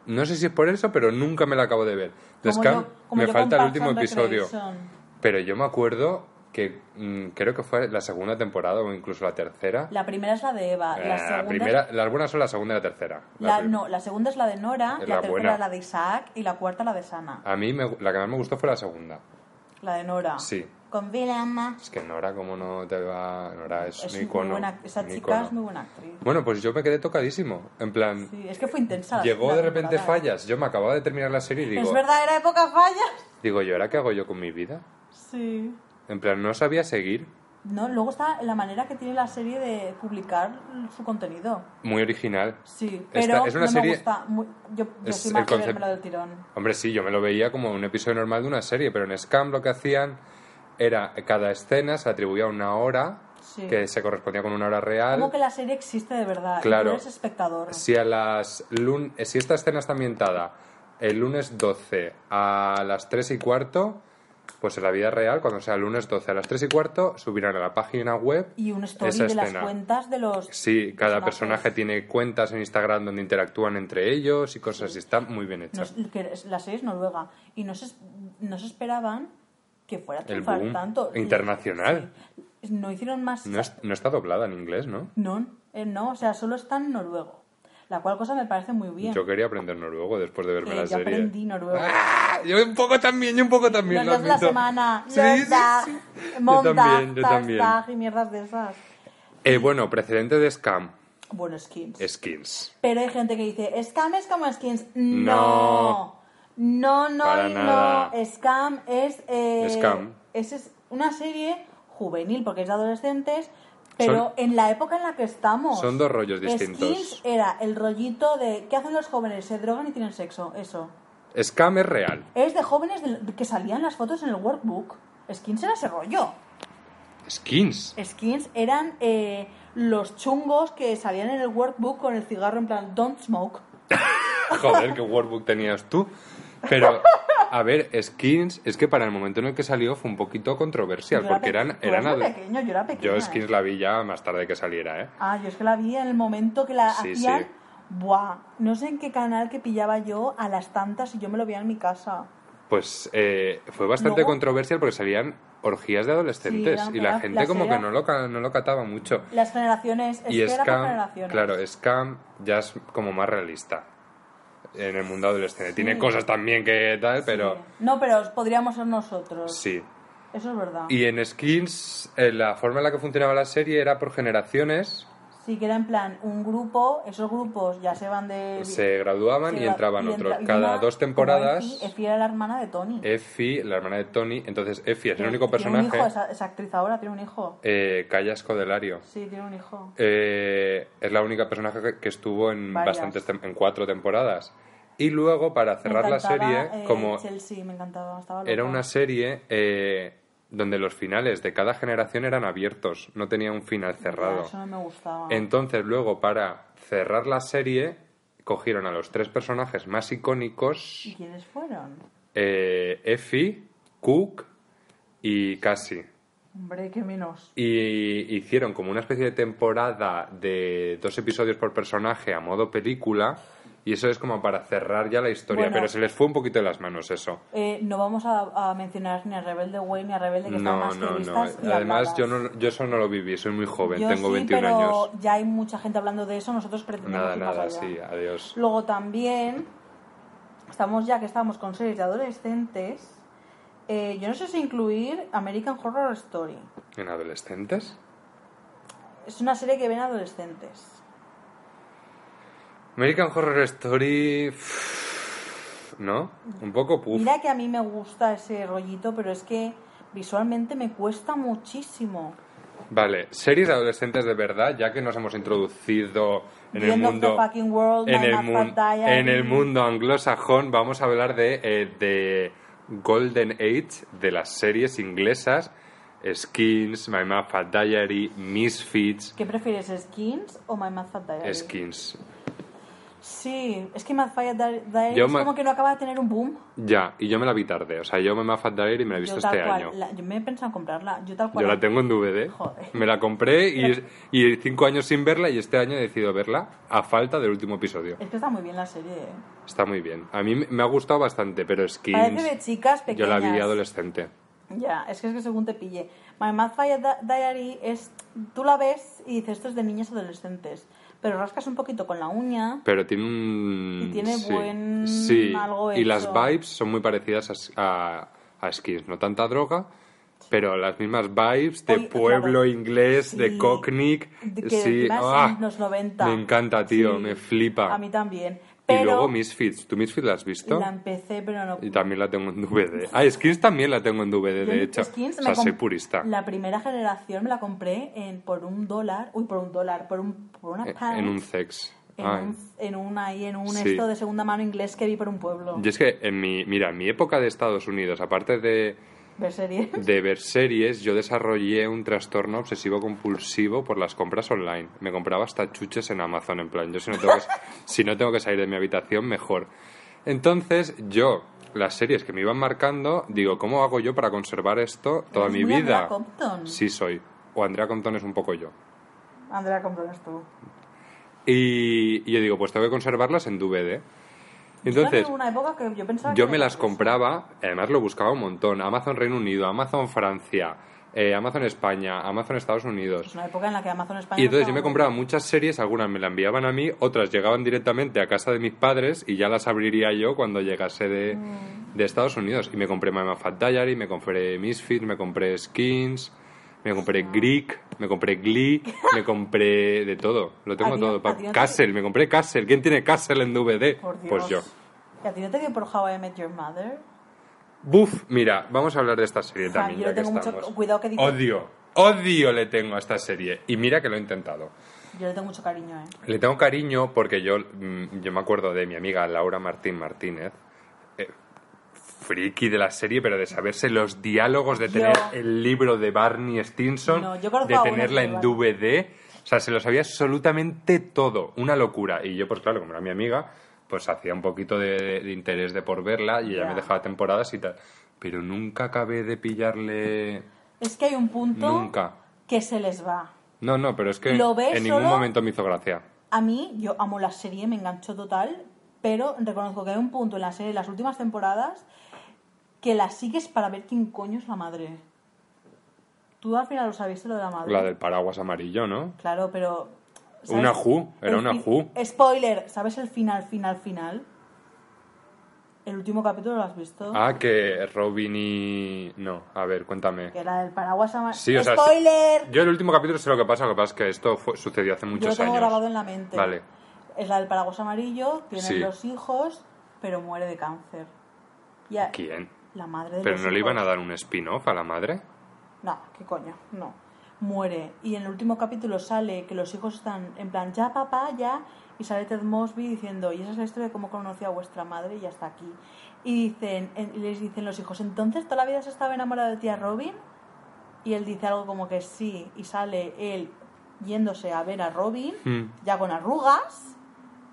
[SPEAKER 2] No sé si es por eso, pero nunca me la acabo de ver. De
[SPEAKER 1] Como
[SPEAKER 2] Scam
[SPEAKER 1] yo- como
[SPEAKER 2] me
[SPEAKER 1] yo
[SPEAKER 2] falta el
[SPEAKER 1] con
[SPEAKER 2] último
[SPEAKER 1] Parks and
[SPEAKER 2] episodio.
[SPEAKER 1] Recreation.
[SPEAKER 2] Pero yo me acuerdo que mm, creo que fue la segunda temporada o incluso la tercera.
[SPEAKER 1] La primera es la de Eva.
[SPEAKER 2] Eh,
[SPEAKER 1] La segunda
[SPEAKER 2] primera, las buenas son la segunda y la tercera. La
[SPEAKER 1] la-
[SPEAKER 2] prim-
[SPEAKER 1] no, la segunda es la de Nora,
[SPEAKER 2] Es
[SPEAKER 1] la,
[SPEAKER 2] la
[SPEAKER 1] tercera
[SPEAKER 2] buena.
[SPEAKER 1] es la de Isaac y la cuarta la de Sana.
[SPEAKER 2] A mí me gu- la que más me gustó fue la segunda.
[SPEAKER 1] La de Nora.
[SPEAKER 2] Sí.
[SPEAKER 1] Con Vilama.
[SPEAKER 2] Es que Nora, como no te va... Nora es,
[SPEAKER 1] Es
[SPEAKER 2] un
[SPEAKER 1] muy
[SPEAKER 2] icono.
[SPEAKER 1] buena- esa
[SPEAKER 2] un
[SPEAKER 1] chica
[SPEAKER 2] icono.
[SPEAKER 1] es muy buena actriz.
[SPEAKER 2] Bueno, pues yo me quedé tocadísimo. En plan,
[SPEAKER 1] Sí, es que fue intensa. la-
[SPEAKER 2] llegó
[SPEAKER 1] la
[SPEAKER 2] de repente
[SPEAKER 1] temporada, ¿eh?
[SPEAKER 2] fallas. Yo me acababa de terminar la serie y digo,
[SPEAKER 1] Es verdad, era época fallas.
[SPEAKER 2] digo yo, ¿ahora qué hago yo con mi vida?
[SPEAKER 1] Sí.
[SPEAKER 2] En plan, no sabía seguir.
[SPEAKER 1] No, luego está la manera que tiene la serie de publicar su contenido.
[SPEAKER 2] Muy original.
[SPEAKER 1] Sí,
[SPEAKER 2] Esta-
[SPEAKER 1] pero
[SPEAKER 2] es una
[SPEAKER 1] no
[SPEAKER 2] serie-
[SPEAKER 1] me gusta. Muy- yo yo
[SPEAKER 2] Es
[SPEAKER 1] soy
[SPEAKER 2] el
[SPEAKER 1] más de
[SPEAKER 2] concepto.
[SPEAKER 1] vérmela del tirón.
[SPEAKER 2] Hombre, sí, yo me lo veía como un episodio normal de una serie, pero en Scam lo que hacían era cada escena se atribuía una hora
[SPEAKER 1] Sí.
[SPEAKER 2] que se correspondía con una hora real.
[SPEAKER 1] Como que la serie existe de verdad. y
[SPEAKER 2] Claro.
[SPEAKER 1] Tú eres espectador.
[SPEAKER 2] Si a las lun- si esta escena está ambientada el lunes 12 a las 3 y cuarto, pues en la vida real, cuando sea el lunes 12 a las 3 y cuarto, subirán a la página web
[SPEAKER 1] Y un story
[SPEAKER 2] esa
[SPEAKER 1] de las
[SPEAKER 2] escena.
[SPEAKER 1] cuentas de los.
[SPEAKER 2] Sí, cada
[SPEAKER 1] personajes.
[SPEAKER 2] personaje tiene cuentas en Instagram donde interactúan entre ellos y cosas así. Está muy bien
[SPEAKER 1] No
[SPEAKER 2] hecha.
[SPEAKER 1] es- que es- la serie es noruega y no se, es- no se esperaban que fuera a triunfar
[SPEAKER 2] boom
[SPEAKER 1] tanto.
[SPEAKER 2] internacional.
[SPEAKER 1] Sí. No hicieron más.
[SPEAKER 2] No, es- no está doblada en inglés, ¿no?
[SPEAKER 1] No, eh, no, o sea, solo está en noruego. La cual cosa me parece muy bien.
[SPEAKER 2] Yo quería aprender noruego después de verme
[SPEAKER 1] Eh,
[SPEAKER 2] la
[SPEAKER 1] yo
[SPEAKER 2] serie.
[SPEAKER 1] aprendí noruego.
[SPEAKER 2] ¡Ah! Yo un poco también, yo un poco también.
[SPEAKER 1] Los
[SPEAKER 2] lo
[SPEAKER 1] dos la
[SPEAKER 2] admito.
[SPEAKER 1] semana.
[SPEAKER 2] Sí, sí, sí. Yo también, yo también.
[SPEAKER 1] y mierdas de esas.
[SPEAKER 2] Eh, bueno, precedente de Scam,
[SPEAKER 1] Bueno, skins.
[SPEAKER 2] Skins.
[SPEAKER 1] Pero hay gente que dice, Scam es como skins. No. No,
[SPEAKER 2] No.
[SPEAKER 1] no,
[SPEAKER 2] Para
[SPEAKER 1] no.
[SPEAKER 2] nada.
[SPEAKER 1] Scam es. eh,
[SPEAKER 2] Scam.
[SPEAKER 1] Es, es una serie juvenil porque es de adolescentes. Pero
[SPEAKER 2] Son-
[SPEAKER 1] en la época en la que estamos.
[SPEAKER 2] son dos rollos distintos.
[SPEAKER 1] Skins era el rollito de. ¿Qué hacen los jóvenes? Se drogan y tienen sexo. Eso.
[SPEAKER 2] Scam es real.
[SPEAKER 1] Es de jóvenes del- que salían las fotos en el workbook. Skins era ese rollo.
[SPEAKER 2] Skins.
[SPEAKER 1] Skins eran eh, los chungos que salían en el workbook con el cigarro en plan don't smoke.
[SPEAKER 2] Joder, qué workbook tenías tú. Pero, a ver, Skins es que para el momento en el que salió fue un poquito controversial,
[SPEAKER 1] Yo era
[SPEAKER 2] porque
[SPEAKER 1] pe-
[SPEAKER 2] eran...
[SPEAKER 1] tú eras
[SPEAKER 2] eran
[SPEAKER 1] muy
[SPEAKER 2] ado-
[SPEAKER 1] pequeño, yo era pequeña. ¿eh?
[SPEAKER 2] Yo Skins la vi ya más tarde que saliera, ¿eh?
[SPEAKER 1] Ah, yo es que la vi en el momento que la
[SPEAKER 2] Sí,
[SPEAKER 1] hacían.
[SPEAKER 2] sí.
[SPEAKER 1] Buah, no sé en qué canal que pillaba yo a las tantas y yo me lo veía en mi casa.
[SPEAKER 2] Pues eh, fue bastante
[SPEAKER 1] Luego-
[SPEAKER 2] controversial porque salían orgías de adolescentes
[SPEAKER 1] Sí,
[SPEAKER 2] y
[SPEAKER 1] la-
[SPEAKER 2] la gente
[SPEAKER 1] la
[SPEAKER 2] como
[SPEAKER 1] serie-
[SPEAKER 2] que no lo, ca- no lo cataba mucho.
[SPEAKER 1] Las generaciones, es
[SPEAKER 2] y
[SPEAKER 1] que era por
[SPEAKER 2] Scam,
[SPEAKER 1] generaciones.
[SPEAKER 2] claro, Scam ya es como más realista en el mundo adolescente. Tiene cosas también que tal,
[SPEAKER 1] Sí.
[SPEAKER 2] pero
[SPEAKER 1] No, pero podríamos ser nosotros.
[SPEAKER 2] sí.
[SPEAKER 1] Eso es verdad.
[SPEAKER 2] Y en Skins, eh, la forma en la que funcionaba la serie era por generaciones,
[SPEAKER 1] Sí, que era en plan un grupo, esos grupos ya se van de.
[SPEAKER 2] se graduaban
[SPEAKER 1] se
[SPEAKER 2] y
[SPEAKER 1] va-
[SPEAKER 2] entraban
[SPEAKER 1] y
[SPEAKER 2] otros.
[SPEAKER 1] entra- y
[SPEAKER 2] Cada
[SPEAKER 1] una-
[SPEAKER 2] dos
[SPEAKER 1] como
[SPEAKER 2] temporadas,
[SPEAKER 1] Effie, Effie era la hermana de Tony.
[SPEAKER 2] Effie, la hermana de Tony, entonces Effie es el
[SPEAKER 1] Tiene-
[SPEAKER 2] único
[SPEAKER 1] Tiene un hijo,
[SPEAKER 2] personaje,
[SPEAKER 1] esa, esa actriz ahora tiene un hijo.
[SPEAKER 2] eh, Calla Escodelario.
[SPEAKER 1] Sí, tiene un hijo.
[SPEAKER 2] Eh, es la única personaje que- que estuvo en
[SPEAKER 1] Varias.
[SPEAKER 2] bastantes tem- en cuatro temporadas. Y luego, para
[SPEAKER 1] Me
[SPEAKER 2] cerrar la
[SPEAKER 1] encantaba, eh,
[SPEAKER 2] serie, como
[SPEAKER 1] Chelsea, me encantaba. Estaba
[SPEAKER 2] era
[SPEAKER 1] loca.
[SPEAKER 2] una serie eh, donde los finales de cada generación eran abiertos, no tenía un final
[SPEAKER 1] Ya,
[SPEAKER 2] cerrado.
[SPEAKER 1] Eso no me gustaba.
[SPEAKER 2] Entonces, luego, para cerrar la serie, cogieron a los tres personajes más
[SPEAKER 1] ¿Y
[SPEAKER 2] icónicos,
[SPEAKER 1] quiénes fueron?
[SPEAKER 2] eh, Effie, Cook y Cassie.
[SPEAKER 1] Hombre, qué menos.
[SPEAKER 2] Y hicieron como una especie de temporada de dos episodios por personaje a modo película. Y eso es como para cerrar ya la historia.
[SPEAKER 1] Bueno.
[SPEAKER 2] Pero se les fue un poquito de las manos eso.
[SPEAKER 1] Eh, no vamos a, a mencionar ni a Rebelde Way ni a Rebelde que están
[SPEAKER 2] No,
[SPEAKER 1] más
[SPEAKER 2] no,
[SPEAKER 1] que
[SPEAKER 2] no.
[SPEAKER 1] vistas y
[SPEAKER 2] Además,
[SPEAKER 1] habladas.
[SPEAKER 2] yo, no, yo eso no lo viví. Soy muy joven.
[SPEAKER 1] Yo
[SPEAKER 2] Tengo
[SPEAKER 1] sí,
[SPEAKER 2] 21
[SPEAKER 1] pero
[SPEAKER 2] años.
[SPEAKER 1] Ya hay mucha gente hablando de eso, nosotros pretendemos
[SPEAKER 2] Nada,
[SPEAKER 1] ir más
[SPEAKER 2] nada,
[SPEAKER 1] allá.
[SPEAKER 2] sí. Adiós.
[SPEAKER 1] Luego también, estamos ya que estamos con series de adolescentes, eh, yo no sé si incluir American Horror Story.
[SPEAKER 2] ¿En adolescentes?
[SPEAKER 1] Es una serie que ven adolescentes.
[SPEAKER 2] American Horror Story... pff, ¿No? Un poco puff.
[SPEAKER 1] Mira que a mí me gusta ese rollito, pero es que visualmente me cuesta muchísimo.
[SPEAKER 2] Vale, series de adolescentes de verdad, ya que nos hemos introducido en
[SPEAKER 1] The
[SPEAKER 2] el
[SPEAKER 1] End of
[SPEAKER 2] mundo
[SPEAKER 1] the fucking world,
[SPEAKER 2] en
[SPEAKER 1] My
[SPEAKER 2] el,
[SPEAKER 1] Mad
[SPEAKER 2] mun-
[SPEAKER 1] Fat Diary.
[SPEAKER 2] en el mundo anglosajón, vamos a hablar de, eh, de Golden Age, de las series inglesas, Skins, My Mad Fat Diary, Misfits,
[SPEAKER 1] ¿Qué prefieres, Skins o My Mad Fat Diary?
[SPEAKER 2] Skins.
[SPEAKER 1] Sí, es que Mad Fat Diary Diary
[SPEAKER 2] Yo
[SPEAKER 1] es
[SPEAKER 2] ma-
[SPEAKER 1] como que no acaba de tener un boom.
[SPEAKER 2] Ya, y yo me la vi tarde, o sea, yo My Mad Fat Diary me la he
[SPEAKER 1] Yo
[SPEAKER 2] visto
[SPEAKER 1] tal
[SPEAKER 2] este
[SPEAKER 1] cual,
[SPEAKER 2] año.
[SPEAKER 1] la- yo me he pensado en comprarla. Yo tal cual.
[SPEAKER 2] Yo la tengo en DVD.
[SPEAKER 1] Joder.
[SPEAKER 2] Me la compré y, y cinco años sin verla y este año he decidido verla a falta del último episodio.
[SPEAKER 1] Es que está muy bien la serie. ¿eh?
[SPEAKER 2] Está muy bien. A mí me ha gustado bastante, pero Skins...
[SPEAKER 1] Parece de chicas
[SPEAKER 2] Yo
[SPEAKER 1] pequeñas.
[SPEAKER 2] la vi adolescente.
[SPEAKER 1] Ya, es que es que según te pille. My Mad Fire Di- Diary es. Tú la ves y dices, esto es de niñas adolescentes. Pero rascas un poquito con la uña.
[SPEAKER 2] Pero tiene un...
[SPEAKER 1] Y tiene buen
[SPEAKER 2] Sí.
[SPEAKER 1] algo
[SPEAKER 2] y las
[SPEAKER 1] hecho.
[SPEAKER 2] vibes son muy parecidas a, a, a Skins. No tanta droga, pero las mismas vibes de
[SPEAKER 1] Oye,
[SPEAKER 2] pueblo
[SPEAKER 1] claro.
[SPEAKER 2] inglés,
[SPEAKER 1] Sí.
[SPEAKER 2] de cockney.
[SPEAKER 1] De que
[SPEAKER 2] Sí.
[SPEAKER 1] encima es
[SPEAKER 2] ¡Ah!
[SPEAKER 1] en los 90.
[SPEAKER 2] Me encanta, tío.
[SPEAKER 1] Sí.
[SPEAKER 2] Me flipa.
[SPEAKER 1] A mí también. Pero
[SPEAKER 2] Y luego Misfits. ¿Tú Misfits la has visto?
[SPEAKER 1] la empecé, pero no
[SPEAKER 2] Y también la tengo en DVD. Ah, Skins también la tengo en DVD,
[SPEAKER 1] Yo
[SPEAKER 2] de
[SPEAKER 1] en
[SPEAKER 2] hecho.
[SPEAKER 1] Skins
[SPEAKER 2] o
[SPEAKER 1] me
[SPEAKER 2] sea, soy
[SPEAKER 1] comp-
[SPEAKER 2] purista.
[SPEAKER 1] La primera generación me la compré en, por un dólar, uy, por un dólar, por, un, por una
[SPEAKER 2] Eh,
[SPEAKER 1] pound,
[SPEAKER 2] En un sex.
[SPEAKER 1] en
[SPEAKER 2] Ah.
[SPEAKER 1] un, en un ahí, en un
[SPEAKER 2] Sí.
[SPEAKER 1] esto de segunda mano inglés que vi por un pueblo.
[SPEAKER 2] Y es que en mi, mira, en mi época de Estados Unidos, aparte de,
[SPEAKER 1] Ver series.
[SPEAKER 2] de ver series, yo desarrollé un trastorno obsesivo compulsivo por las compras online. Me compraba hasta chuches en Amazon, en plan, yo si no
[SPEAKER 1] [LAUGHS]
[SPEAKER 2] tengo que, si no tengo que salir de mi habitación, mejor. Entonces, yo, las series que me iban marcando, digo, ¿cómo hago yo para conservar esto toda
[SPEAKER 1] Eres
[SPEAKER 2] mi
[SPEAKER 1] muy
[SPEAKER 2] vida?
[SPEAKER 1] Andrea Compton.
[SPEAKER 2] Sí soy. O Andrea Compton es un poco yo.
[SPEAKER 1] Andrea, compras tú.
[SPEAKER 2] Y, y yo digo, pues tengo que conservarlas en DVD.
[SPEAKER 1] yo
[SPEAKER 2] Entonces,
[SPEAKER 1] en una época que yo pensaba
[SPEAKER 2] yo
[SPEAKER 1] que
[SPEAKER 2] me
[SPEAKER 1] era
[SPEAKER 2] las
[SPEAKER 1] eso.
[SPEAKER 2] compraba, además lo buscaba un montón. Amazon Reino Unido, Amazon Francia, eh, Amazon España, Amazon Estados
[SPEAKER 1] Es
[SPEAKER 2] Unidos.
[SPEAKER 1] una época en la que Amazon España.
[SPEAKER 2] Y entonces yo me
[SPEAKER 1] estaba-
[SPEAKER 2] compraba muchas series, algunas me las enviaban a mí, otras llegaban directamente a casa de mis padres y ya las abriría yo cuando llegase de,
[SPEAKER 1] Mm.
[SPEAKER 2] de Estados Unidos. Y me compré My Fat Diary, me compré Misfits, me compré Skins, me compré Greek, me compré Glee, me compré de todo. Lo tengo
[SPEAKER 1] ¿A ti-
[SPEAKER 2] todo.
[SPEAKER 1] a ti no te-
[SPEAKER 2] Castle, me compré Castle. ¿Quién tiene Castle en DVD?
[SPEAKER 1] Por Dios.
[SPEAKER 2] Pues yo.
[SPEAKER 1] ¿Y a ti no te dio por How I Met Your Mother?
[SPEAKER 2] Buf, mira, vamos a hablar de esta serie
[SPEAKER 1] O sea,
[SPEAKER 2] también.
[SPEAKER 1] yo
[SPEAKER 2] ya
[SPEAKER 1] le
[SPEAKER 2] que
[SPEAKER 1] tengo mucho
[SPEAKER 2] estamos.
[SPEAKER 1] cuidado que dice-
[SPEAKER 2] Odio, odio le tengo a esta serie. Y mira que lo he intentado.
[SPEAKER 1] Yo le tengo mucho cariño, ¿eh?
[SPEAKER 2] Le tengo cariño porque yo, mm, yo me acuerdo de mi amiga Laura Martín Martínez, eh, friki de la serie, pero de saberse los diálogos, de
[SPEAKER 1] Yo-
[SPEAKER 2] tener el libro de Barney Stinson,
[SPEAKER 1] No, yo conozco
[SPEAKER 2] de
[SPEAKER 1] a unos
[SPEAKER 2] tenerla
[SPEAKER 1] de
[SPEAKER 2] en
[SPEAKER 1] Barney.
[SPEAKER 2] DVD. O sea, se lo sabía absolutamente todo, una locura. Y yo, pues claro, como era mi amiga, pues hacía un poquito de, de interés de por verla y ella
[SPEAKER 1] Ya.
[SPEAKER 2] me dejaba temporadas y tal. Pero nunca acabé de pillarle...
[SPEAKER 1] Es que hay un punto
[SPEAKER 2] Nunca.
[SPEAKER 1] que se les va.
[SPEAKER 2] No, no, pero es que
[SPEAKER 1] Lo ves
[SPEAKER 2] en ningún
[SPEAKER 1] solo-
[SPEAKER 2] momento me hizo gracia.
[SPEAKER 1] A mí, yo amo la serie, me engancho total, pero reconozco que hay un punto en la serie, en las últimas temporadas, que la sigues para ver quién coño es la madre. Tú al final lo sabiste lo de la madre.
[SPEAKER 2] La del paraguas amarillo, ¿no?
[SPEAKER 1] Claro, pero. ¿sabes?
[SPEAKER 2] Una Ju, era
[SPEAKER 1] El
[SPEAKER 2] una
[SPEAKER 1] fi-
[SPEAKER 2] Ju.
[SPEAKER 1] Spoiler, ¿sabes el final, final, final? El último capítulo lo has visto.
[SPEAKER 2] Ah, que Robin y... No, a ver, cuéntame.
[SPEAKER 1] Que era el paraguas ama-
[SPEAKER 2] Sí, o sea, sí-
[SPEAKER 1] ¡Spoiler!
[SPEAKER 2] Yo el último capítulo sé lo que pasa, lo que pasa es que esto fue- sucedió hace
[SPEAKER 1] Yo
[SPEAKER 2] muchos
[SPEAKER 1] lo tengo
[SPEAKER 2] años.
[SPEAKER 1] grabado en la mente.
[SPEAKER 2] Vale.
[SPEAKER 1] Es la del paraguas amarillo, tiene
[SPEAKER 2] Sí.
[SPEAKER 1] dos hijos, pero muere de cáncer. Ya,
[SPEAKER 2] ¿Quién?
[SPEAKER 1] La madre de
[SPEAKER 2] ¿Pero
[SPEAKER 1] los
[SPEAKER 2] no le iban a
[SPEAKER 1] hijos.
[SPEAKER 2] dar un spin-off a la madre?
[SPEAKER 1] No, qué coño, no. Muere. Y en el último capítulo sale que los hijos están en plan, ya papá, ya. Y sale Ted Mosby diciendo, y esa es la historia de cómo conocí a vuestra madre y ya está aquí. Y dicen, en- y les dicen los hijos, entonces toda la vida se estaba enamorada de tía Robin. Y él dice algo como que sí. Y sale él yéndose a ver a Robin,
[SPEAKER 2] Hmm.
[SPEAKER 1] ya con arrugas.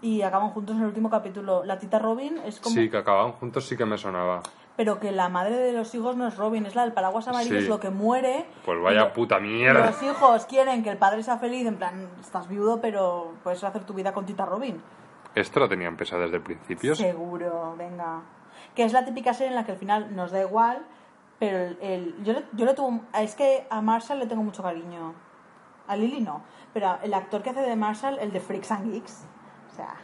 [SPEAKER 1] Y acaban juntos en el último capítulo. La tita Robin es como
[SPEAKER 2] Sí, que acababan juntos sí que me sonaba.
[SPEAKER 1] pero que la madre de los hijos no es Robin, es la del paraguas amarillo,
[SPEAKER 2] Sí.
[SPEAKER 1] es lo que muere.
[SPEAKER 2] Pues
[SPEAKER 1] Y
[SPEAKER 2] vaya
[SPEAKER 1] lo-
[SPEAKER 2] puta mierda.
[SPEAKER 1] Los hijos quieren que el padre sea feliz, en plan, estás viudo, pero puedes hacer tu vida con Tita Robin.
[SPEAKER 2] ¿Esto lo tenían pesado desde el principio?
[SPEAKER 1] Seguro, venga. Que es la típica serie en la que al final nos da igual, pero el, el- yo, le, yo le tuve... Es que a Marshall le tengo mucho cariño. A Lily no, pero el actor que hace de Marshall, el de Freaks and Geeks, o sea...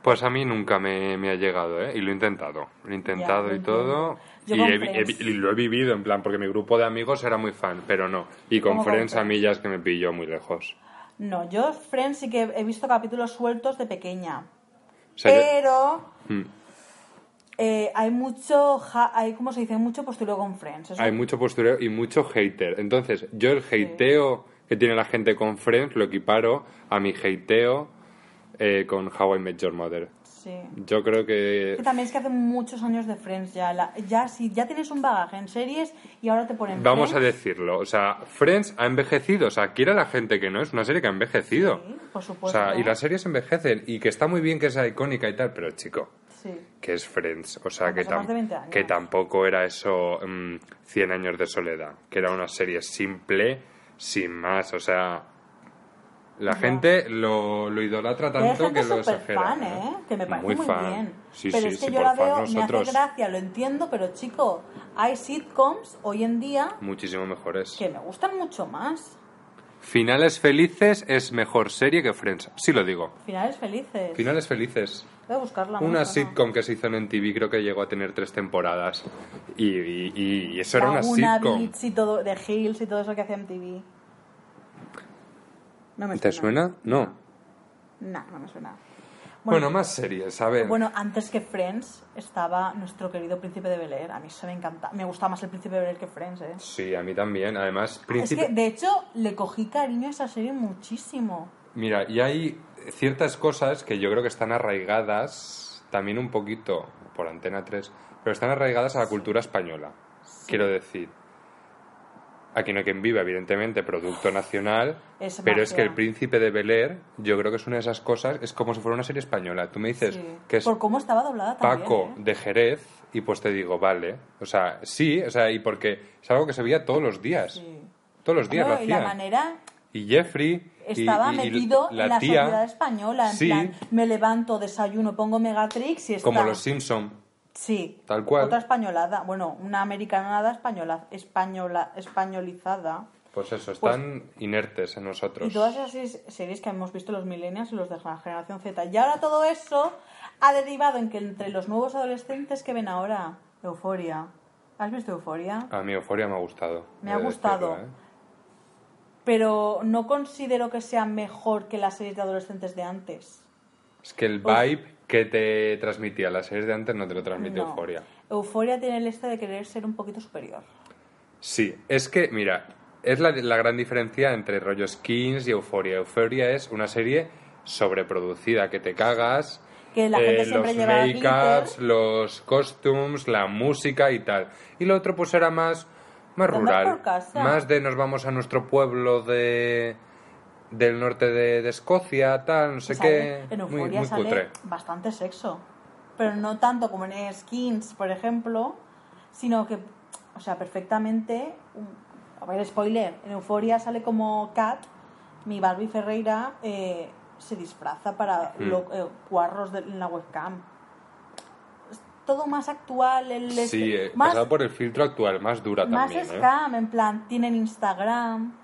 [SPEAKER 2] Pues a mí nunca me, me ha llegado, ¿eh? Y lo he intentado. Lo he intentado
[SPEAKER 1] lo
[SPEAKER 2] y
[SPEAKER 1] entiendo.
[SPEAKER 2] todo.
[SPEAKER 1] Yo
[SPEAKER 2] Y,
[SPEAKER 1] con
[SPEAKER 2] he vi- he vi-
[SPEAKER 1] Friends.
[SPEAKER 2] y lo he vivido, en plan, porque mi grupo de amigos era muy fan, pero no. Y con
[SPEAKER 1] ¿Cómo con
[SPEAKER 2] Friends a mí
[SPEAKER 1] Friends?
[SPEAKER 2] ya es que me pilló muy lejos.
[SPEAKER 1] No, yo Friends sí que he visto capítulos sueltos de pequeña,
[SPEAKER 2] O
[SPEAKER 1] Eh,
[SPEAKER 2] sea, yo-
[SPEAKER 1] pero...
[SPEAKER 2] Mm.
[SPEAKER 1] Eh, hay mucho, ja- hay como se dice, mucho postuleo con Friends. Es
[SPEAKER 2] Hay
[SPEAKER 1] un-
[SPEAKER 2] mucho postureo y mucho hater. Entonces, yo el hateo que tiene la gente con Friends lo equiparo a mi hateo eh, con How I Met Your Mother.
[SPEAKER 1] sí.
[SPEAKER 2] Yo creo que...
[SPEAKER 1] Que también es que hace muchos años de Friends ya. la- ya si ya tienes un bagaje en series y ahora te ponen.
[SPEAKER 2] Vamos a
[SPEAKER 1] Friends,
[SPEAKER 2] decirlo, o sea, Friends ha envejecido, o sea, aquí era la gente que no, es una serie que ha envejecido.
[SPEAKER 1] Sí, pues por
[SPEAKER 2] o
[SPEAKER 1] supuesto.
[SPEAKER 2] sea, y las series envejecen y que está muy bien que sea icónica y tal, pero chico,
[SPEAKER 1] Sí.
[SPEAKER 2] que es Friends, o sea,
[SPEAKER 1] Han
[SPEAKER 2] que,
[SPEAKER 1] pasado Ah, pues más de 20
[SPEAKER 2] tam-
[SPEAKER 1] años.
[SPEAKER 2] que tampoco era eso mm, 100 años de soledad, que era una serie simple, sin más, o sea, la
[SPEAKER 1] Ya.
[SPEAKER 2] gente lo, lo idolatra
[SPEAKER 1] Pero hay
[SPEAKER 2] tanto
[SPEAKER 1] gente
[SPEAKER 2] que lo
[SPEAKER 1] súper
[SPEAKER 2] exagera.
[SPEAKER 1] fan,
[SPEAKER 2] ¿eh?
[SPEAKER 1] ¿eh? Que me parece muy,
[SPEAKER 2] muy, fan.
[SPEAKER 1] bien.
[SPEAKER 2] Sí,
[SPEAKER 1] pero
[SPEAKER 2] sí,
[SPEAKER 1] es que
[SPEAKER 2] sí,
[SPEAKER 1] yo
[SPEAKER 2] por
[SPEAKER 1] la
[SPEAKER 2] fan
[SPEAKER 1] veo, me
[SPEAKER 2] nosotros
[SPEAKER 1] hace gracia, lo entiendo, pero chico, hay sitcoms hoy en día
[SPEAKER 2] muchísimo mejores.
[SPEAKER 1] que me gustan mucho más.
[SPEAKER 2] Finales felices es mejor serie que Friends, sí lo digo.
[SPEAKER 1] Finales felices.
[SPEAKER 2] Finales felices.
[SPEAKER 1] Voy a buscarla.
[SPEAKER 2] Una
[SPEAKER 1] mucho, ¿no?
[SPEAKER 2] sitcom que se hizo en TV creo que llegó a tener tres temporadas. Y, y- y- y eso era una
[SPEAKER 1] Laguna
[SPEAKER 2] sitcom.
[SPEAKER 1] Beach y todo, de Hills y todo eso que hacía MTV. No me
[SPEAKER 2] ¿Te suena? No.
[SPEAKER 1] No, no me suena.
[SPEAKER 2] Bueno, más series, a ver.
[SPEAKER 1] Bueno, antes que Friends estaba nuestro querido Príncipe de Bel Air. A mí se me encanta. Me gustaba más el Príncipe de Bel Air que Friends, ¿eh?
[SPEAKER 2] Sí, a mí también. Además,
[SPEAKER 1] Es
[SPEAKER 2] Príncipe...
[SPEAKER 1] que, de hecho, le cogí cariño a esa serie muchísimo.
[SPEAKER 2] Mira, y hay ciertas cosas que yo creo que están arraigadas también un poquito por Antena 3, pero están arraigadas a la cultura española. Quiero decir, aquí no hay quien viva, evidentemente, producto nacional,
[SPEAKER 1] Es
[SPEAKER 2] pero es
[SPEAKER 1] magia.
[SPEAKER 2] que El Príncipe de Bel Air, yo creo que es una de esas cosas, es como si fuera una serie española. Tú me dices
[SPEAKER 1] Sí.
[SPEAKER 2] que es
[SPEAKER 1] Por cómo estaba doblada también.
[SPEAKER 2] Paco
[SPEAKER 1] ¿eh?
[SPEAKER 2] de Jerez y pues te digo, vale, o sea, sí, o sea, y porque es algo que se veía todos los días.
[SPEAKER 1] Sí.
[SPEAKER 2] Todos los días
[SPEAKER 1] No,
[SPEAKER 2] lo
[SPEAKER 1] y la
[SPEAKER 2] hacían.
[SPEAKER 1] manera
[SPEAKER 2] Y Jeffrey y-
[SPEAKER 1] estaba
[SPEAKER 2] y- y
[SPEAKER 1] metido en la
[SPEAKER 2] tía,
[SPEAKER 1] sociedad española. En
[SPEAKER 2] Sí.
[SPEAKER 1] plan, me levanto, desayuno, pongo Megatrix y está...
[SPEAKER 2] Como los Simpson.
[SPEAKER 1] Sí.
[SPEAKER 2] Tal cual.
[SPEAKER 1] Otra españolada. Bueno, una americanada española, española, españolizada.
[SPEAKER 2] Pues eso, están inertes en nosotros.
[SPEAKER 1] Y todas esas series- series que hemos visto los millennials y los de la generación Z. Y ahora todo eso ha derivado en que entre los nuevos adolescentes que ven ahora, Euforia. ¿Has visto Euforia?
[SPEAKER 2] A mí Euforia me ha gustado.
[SPEAKER 1] Me
[SPEAKER 2] he
[SPEAKER 1] ha
[SPEAKER 2] de
[SPEAKER 1] gustado.
[SPEAKER 2] decirlo, ¿eh?
[SPEAKER 1] Pero no considero que sea mejor que las series de adolescentes de antes.
[SPEAKER 2] Es que el
[SPEAKER 1] Pues-
[SPEAKER 2] vibe que te transmitía las series de antes no te lo transmite
[SPEAKER 1] No.
[SPEAKER 2] Euforia.
[SPEAKER 1] Euforia tiene el este de querer ser un poquito superior.
[SPEAKER 2] Sí, es que, mira, es la, la gran diferencia entre rollo skins y Euforia. Euforia es una serie sobreproducida, que te cagas.
[SPEAKER 1] Que la gente siempre
[SPEAKER 2] Eh, los
[SPEAKER 1] llevaba
[SPEAKER 2] make-ups,
[SPEAKER 1] glitter.
[SPEAKER 2] los costumes, la música y tal. Y lo otro pues era más, más
[SPEAKER 1] De andar
[SPEAKER 2] rural.
[SPEAKER 1] por casa.
[SPEAKER 2] Más de nos vamos a nuestro pueblo de del norte de, de Escocia, tal, no sé
[SPEAKER 1] Sale-
[SPEAKER 2] qué.
[SPEAKER 1] En
[SPEAKER 2] muy,
[SPEAKER 1] Euforia
[SPEAKER 2] muy
[SPEAKER 1] sale
[SPEAKER 2] cutre.
[SPEAKER 1] bastante sexo. Pero no tanto como en Skins, por ejemplo, sino que, o sea, perfectamente. un- a ver, spoiler. En Euforia sale como Cat, mi Barbie Ferreira, eh, se disfraza para
[SPEAKER 2] Mm.
[SPEAKER 1] lo- eh, cuarros de- en la webcam. Es todo más actual. El
[SPEAKER 2] Sí,
[SPEAKER 1] este-
[SPEAKER 2] eh,
[SPEAKER 1] más,
[SPEAKER 2] pasado por el filtro actual, más dura
[SPEAKER 1] más
[SPEAKER 2] también. ¿eh?
[SPEAKER 1] scam, en plan, tienen Instagram.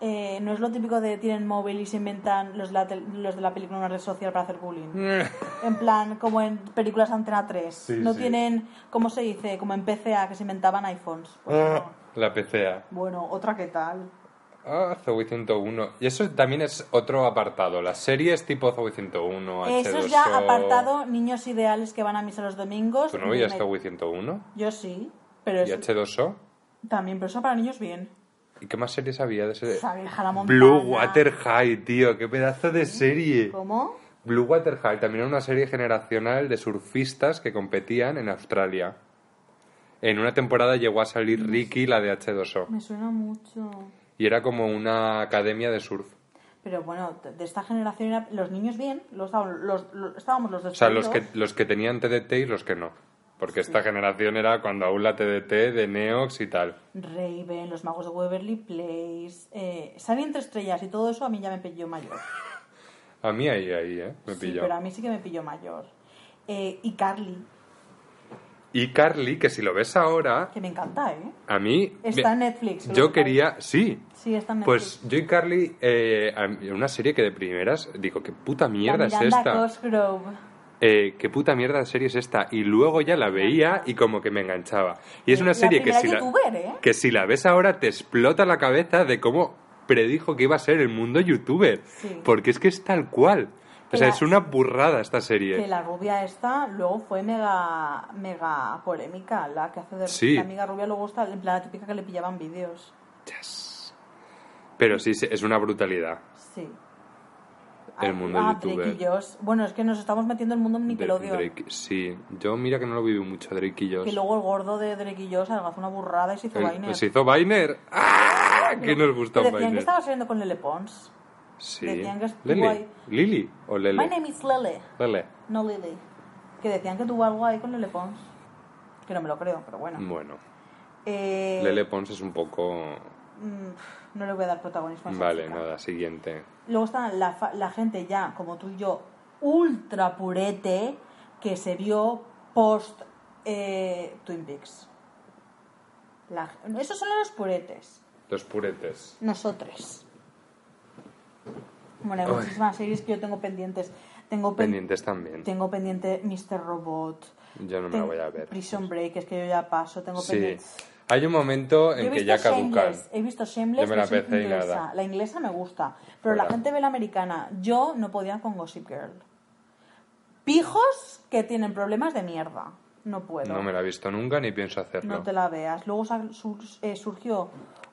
[SPEAKER 1] eh, no es lo típico de tienen móvil y se inventan los, la tel- los de la película una red social para hacer bullying.
[SPEAKER 2] ¿eh?
[SPEAKER 1] En plan, como en películas de Antena 3.
[SPEAKER 2] Mm. Sí,
[SPEAKER 1] no
[SPEAKER 2] sí.
[SPEAKER 1] tienen, ¿cómo se dice? Como en PCA, que se inventaban iPhones. Pues
[SPEAKER 2] Ah.
[SPEAKER 1] no.
[SPEAKER 2] [LAUGHS] la PCA.
[SPEAKER 1] Bueno, otra que tal.
[SPEAKER 2] Ah, Zoey 101. Y eso también es otro apartado. Las series tipo Zoey 101,
[SPEAKER 1] Eso
[SPEAKER 2] H2O.
[SPEAKER 1] es ya apartado niños ideales que van a misa los domingos.
[SPEAKER 2] ¿Tú no veías
[SPEAKER 1] Me-
[SPEAKER 2] Zoey 101?
[SPEAKER 1] Yo sí, pero
[SPEAKER 2] ¿Y
[SPEAKER 1] es,
[SPEAKER 2] H2O?
[SPEAKER 1] también, pero eso para niños bien.
[SPEAKER 2] ¿Y qué más series había de ese?
[SPEAKER 1] Esa vieja la montana.
[SPEAKER 2] Blue Water High, tío, qué pedazo de serie.
[SPEAKER 1] ¿Cómo?
[SPEAKER 2] Blue Water High también era una serie generacional de surfistas que competían en Australia. En una temporada llegó a salir Ricky, la de H2O,
[SPEAKER 1] Me suena mucho.
[SPEAKER 2] y era como una academia de surf.
[SPEAKER 1] Pero bueno, de- de esta generación era- los niños bien, los, los- los- estábamos los
[SPEAKER 2] O sea, los que,
[SPEAKER 1] despedidos.
[SPEAKER 2] los que tenían TDT y los que no. Porque esta generación era cuando aún la TDT de Neox y tal.
[SPEAKER 1] Raven, los magos de Waverly Place, eh, Sally entre estrellas y todo eso a mí ya me pilló mayor.
[SPEAKER 2] A mí ahí, ahí, ¿eh? Me
[SPEAKER 1] Sí,
[SPEAKER 2] pilló.
[SPEAKER 1] pero a mí sí que me pilló mayor. Eh, y Carly,
[SPEAKER 2] Y Carly, que si lo ves ahora,
[SPEAKER 1] que me encanta, ¿eh?
[SPEAKER 2] a mí...
[SPEAKER 1] Está en
[SPEAKER 2] me-
[SPEAKER 1] Netflix. que lo
[SPEAKER 2] Yo
[SPEAKER 1] sepáis.
[SPEAKER 2] quería... Sí,
[SPEAKER 1] Sí, está en Netflix.
[SPEAKER 2] Pues yo y Carly, eh, a mí- una serie que de primeras digo, ¿qué puta
[SPEAKER 1] La
[SPEAKER 2] mierda es
[SPEAKER 1] Miranda
[SPEAKER 2] esta?
[SPEAKER 1] Cosgrove.
[SPEAKER 2] Eh, ¿Qué puta mierda de serie es esta? Y luego ya la veía y como que me enganchaba. Y es
[SPEAKER 1] Eh,
[SPEAKER 2] una
[SPEAKER 1] la
[SPEAKER 2] serie que
[SPEAKER 1] primera
[SPEAKER 2] si, la,
[SPEAKER 1] youtuber, ¿eh?
[SPEAKER 2] que si la ves ahora te explota la cabeza de cómo predijo que iba a ser el mundo youtuber.
[SPEAKER 1] Sí.
[SPEAKER 2] Porque es que es tal cual. O
[SPEAKER 1] Que
[SPEAKER 2] sea,
[SPEAKER 1] la-
[SPEAKER 2] es una burrada esta
[SPEAKER 1] Que
[SPEAKER 2] serie.
[SPEAKER 1] la rubia esta luego fue mega mega polémica, la que hace de
[SPEAKER 2] Sí.
[SPEAKER 1] la amiga rubia luego está en plan la típica que le pillaban vídeos.
[SPEAKER 2] Pero sí, sí, es una brutalidad.
[SPEAKER 1] Sí.
[SPEAKER 2] El
[SPEAKER 1] Ah,
[SPEAKER 2] mundo
[SPEAKER 1] ah,
[SPEAKER 2] youtuber.
[SPEAKER 1] Drake y Josh. Bueno, es que nos estamos metiendo en el mundo en
[SPEAKER 2] De-
[SPEAKER 1] Nickelodeon.
[SPEAKER 2] Drake- sí, yo mira que no lo viví mucho, Drake y Josh.
[SPEAKER 1] Que luego el gordo de Drake y Josh adelgazó una burrada y se hizo
[SPEAKER 2] El-
[SPEAKER 1] vaina.
[SPEAKER 2] Se pues hizo Biner. ¡Ah! Que nos gustó
[SPEAKER 1] Pero decían que
[SPEAKER 2] Biner.
[SPEAKER 1] estaba saliendo con Lele Pons.
[SPEAKER 2] Sí.
[SPEAKER 1] Decían que estuvo
[SPEAKER 2] Lele.
[SPEAKER 1] ahí.
[SPEAKER 2] Lili o Lele.
[SPEAKER 1] My name is Lele,
[SPEAKER 2] Lele.
[SPEAKER 1] no Lily. Que decían que tuvo algo ahí con Lele Pons. Que no me lo creo, pero bueno.
[SPEAKER 2] Bueno,
[SPEAKER 1] Eh,
[SPEAKER 2] Lele Pons es un poco.
[SPEAKER 1] mm, no le voy a dar protagonismo a esa
[SPEAKER 2] Vale,
[SPEAKER 1] pues chica.
[SPEAKER 2] nada, siguiente.
[SPEAKER 1] Luego está la, fa- la gente ya, como tú y yo, ultra purete, que se vio post eh, Twin Peaks. La- esos son los puretes.
[SPEAKER 2] Los puretes.
[SPEAKER 1] Nosotros. Bueno, hay
[SPEAKER 2] Ay.
[SPEAKER 1] muchísimas series que yo tengo pendientes. Tengo pen-
[SPEAKER 2] Pendientes también.
[SPEAKER 1] Tengo pendiente Mr. Robot.
[SPEAKER 2] Yo no me la
[SPEAKER 1] Ten-
[SPEAKER 2] voy a ver.
[SPEAKER 1] Prison Break, es que yo ya paso, tengo
[SPEAKER 2] Sí.
[SPEAKER 1] pendiente.
[SPEAKER 2] Hay un momento
[SPEAKER 1] Yo he
[SPEAKER 2] en que
[SPEAKER 1] visto
[SPEAKER 2] ya caducan.
[SPEAKER 1] Shameless, eh, he visto Shameless,
[SPEAKER 2] Yo me la
[SPEAKER 1] que es
[SPEAKER 2] empecé y
[SPEAKER 1] inglesa.
[SPEAKER 2] nada.
[SPEAKER 1] La inglesa me gusta, pero la
[SPEAKER 2] Hola.
[SPEAKER 1] gente ve la americana. Yo no podía con Gossip Girl. pijos que tienen problemas de mierda. No puedo.
[SPEAKER 2] No me la he visto nunca ni pienso hacerlo.
[SPEAKER 1] No te la veas. Luego sa- sur- eh, surgió.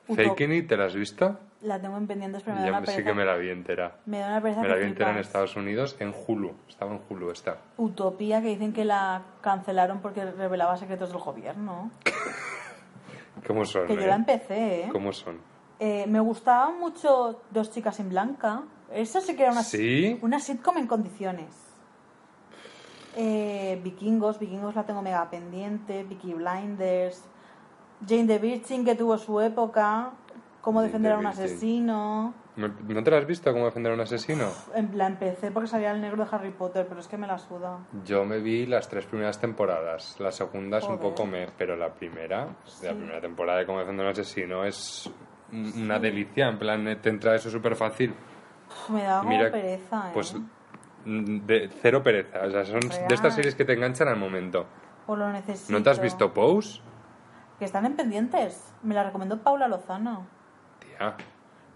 [SPEAKER 1] Uto-
[SPEAKER 2] Fake It, ¿te la has visto?
[SPEAKER 1] La tengo en pendientes, pero me da
[SPEAKER 2] Ya
[SPEAKER 1] una
[SPEAKER 2] me-
[SPEAKER 1] pereza.
[SPEAKER 2] sí que me la vi entera.
[SPEAKER 1] me da una pereza
[SPEAKER 2] Me la
[SPEAKER 1] que
[SPEAKER 2] vi entera en
[SPEAKER 1] flipas.
[SPEAKER 2] Estados Unidos, en Hulu. Estaba en Hulu, está.
[SPEAKER 1] Utopía que dicen que la cancelaron porque revelaba secretos del gobierno.
[SPEAKER 2] ¿Cómo son?
[SPEAKER 1] Que yo
[SPEAKER 2] eh?
[SPEAKER 1] la empecé, ¿eh?
[SPEAKER 2] ¿Cómo son?
[SPEAKER 1] Eh, me gustaban mucho Dos chicas en blanca. Eso sí que era una,
[SPEAKER 2] ¿Sí?
[SPEAKER 1] una sitcom en condiciones. Eh, vikingos, vikingos la tengo mega pendiente. Vicky Blinders. Jane the Virgin que tuvo su época. Cómo
[SPEAKER 2] Jane
[SPEAKER 1] defender
[SPEAKER 2] the
[SPEAKER 1] a un
[SPEAKER 2] Virgin.
[SPEAKER 1] asesino.
[SPEAKER 2] ¿No no te la has visto cómo defender a un asesino?
[SPEAKER 1] En la empecé porque salía el negro de Harry Potter, pero es que me la suda.
[SPEAKER 2] Yo me vi las tres primeras temporadas. La segunda es un
[SPEAKER 1] Joder.
[SPEAKER 2] poco me, pero la primera, la
[SPEAKER 1] Sí.
[SPEAKER 2] primera temporada de Cómo defender a un asesino es un- una delicia. En plan, eh, te entra eso súper fácil.
[SPEAKER 1] Uf, me daba como
[SPEAKER 2] Mira,
[SPEAKER 1] pereza, ¿eh?
[SPEAKER 2] pues mm, de cero pereza. O sea, son
[SPEAKER 1] Real.
[SPEAKER 2] de estas series que te enganchan al momento.
[SPEAKER 1] O lo necesito.
[SPEAKER 2] ¿No te has visto Pose?
[SPEAKER 1] Que están en pendientes. Me la recomendó Paula Lozano.
[SPEAKER 2] Tía.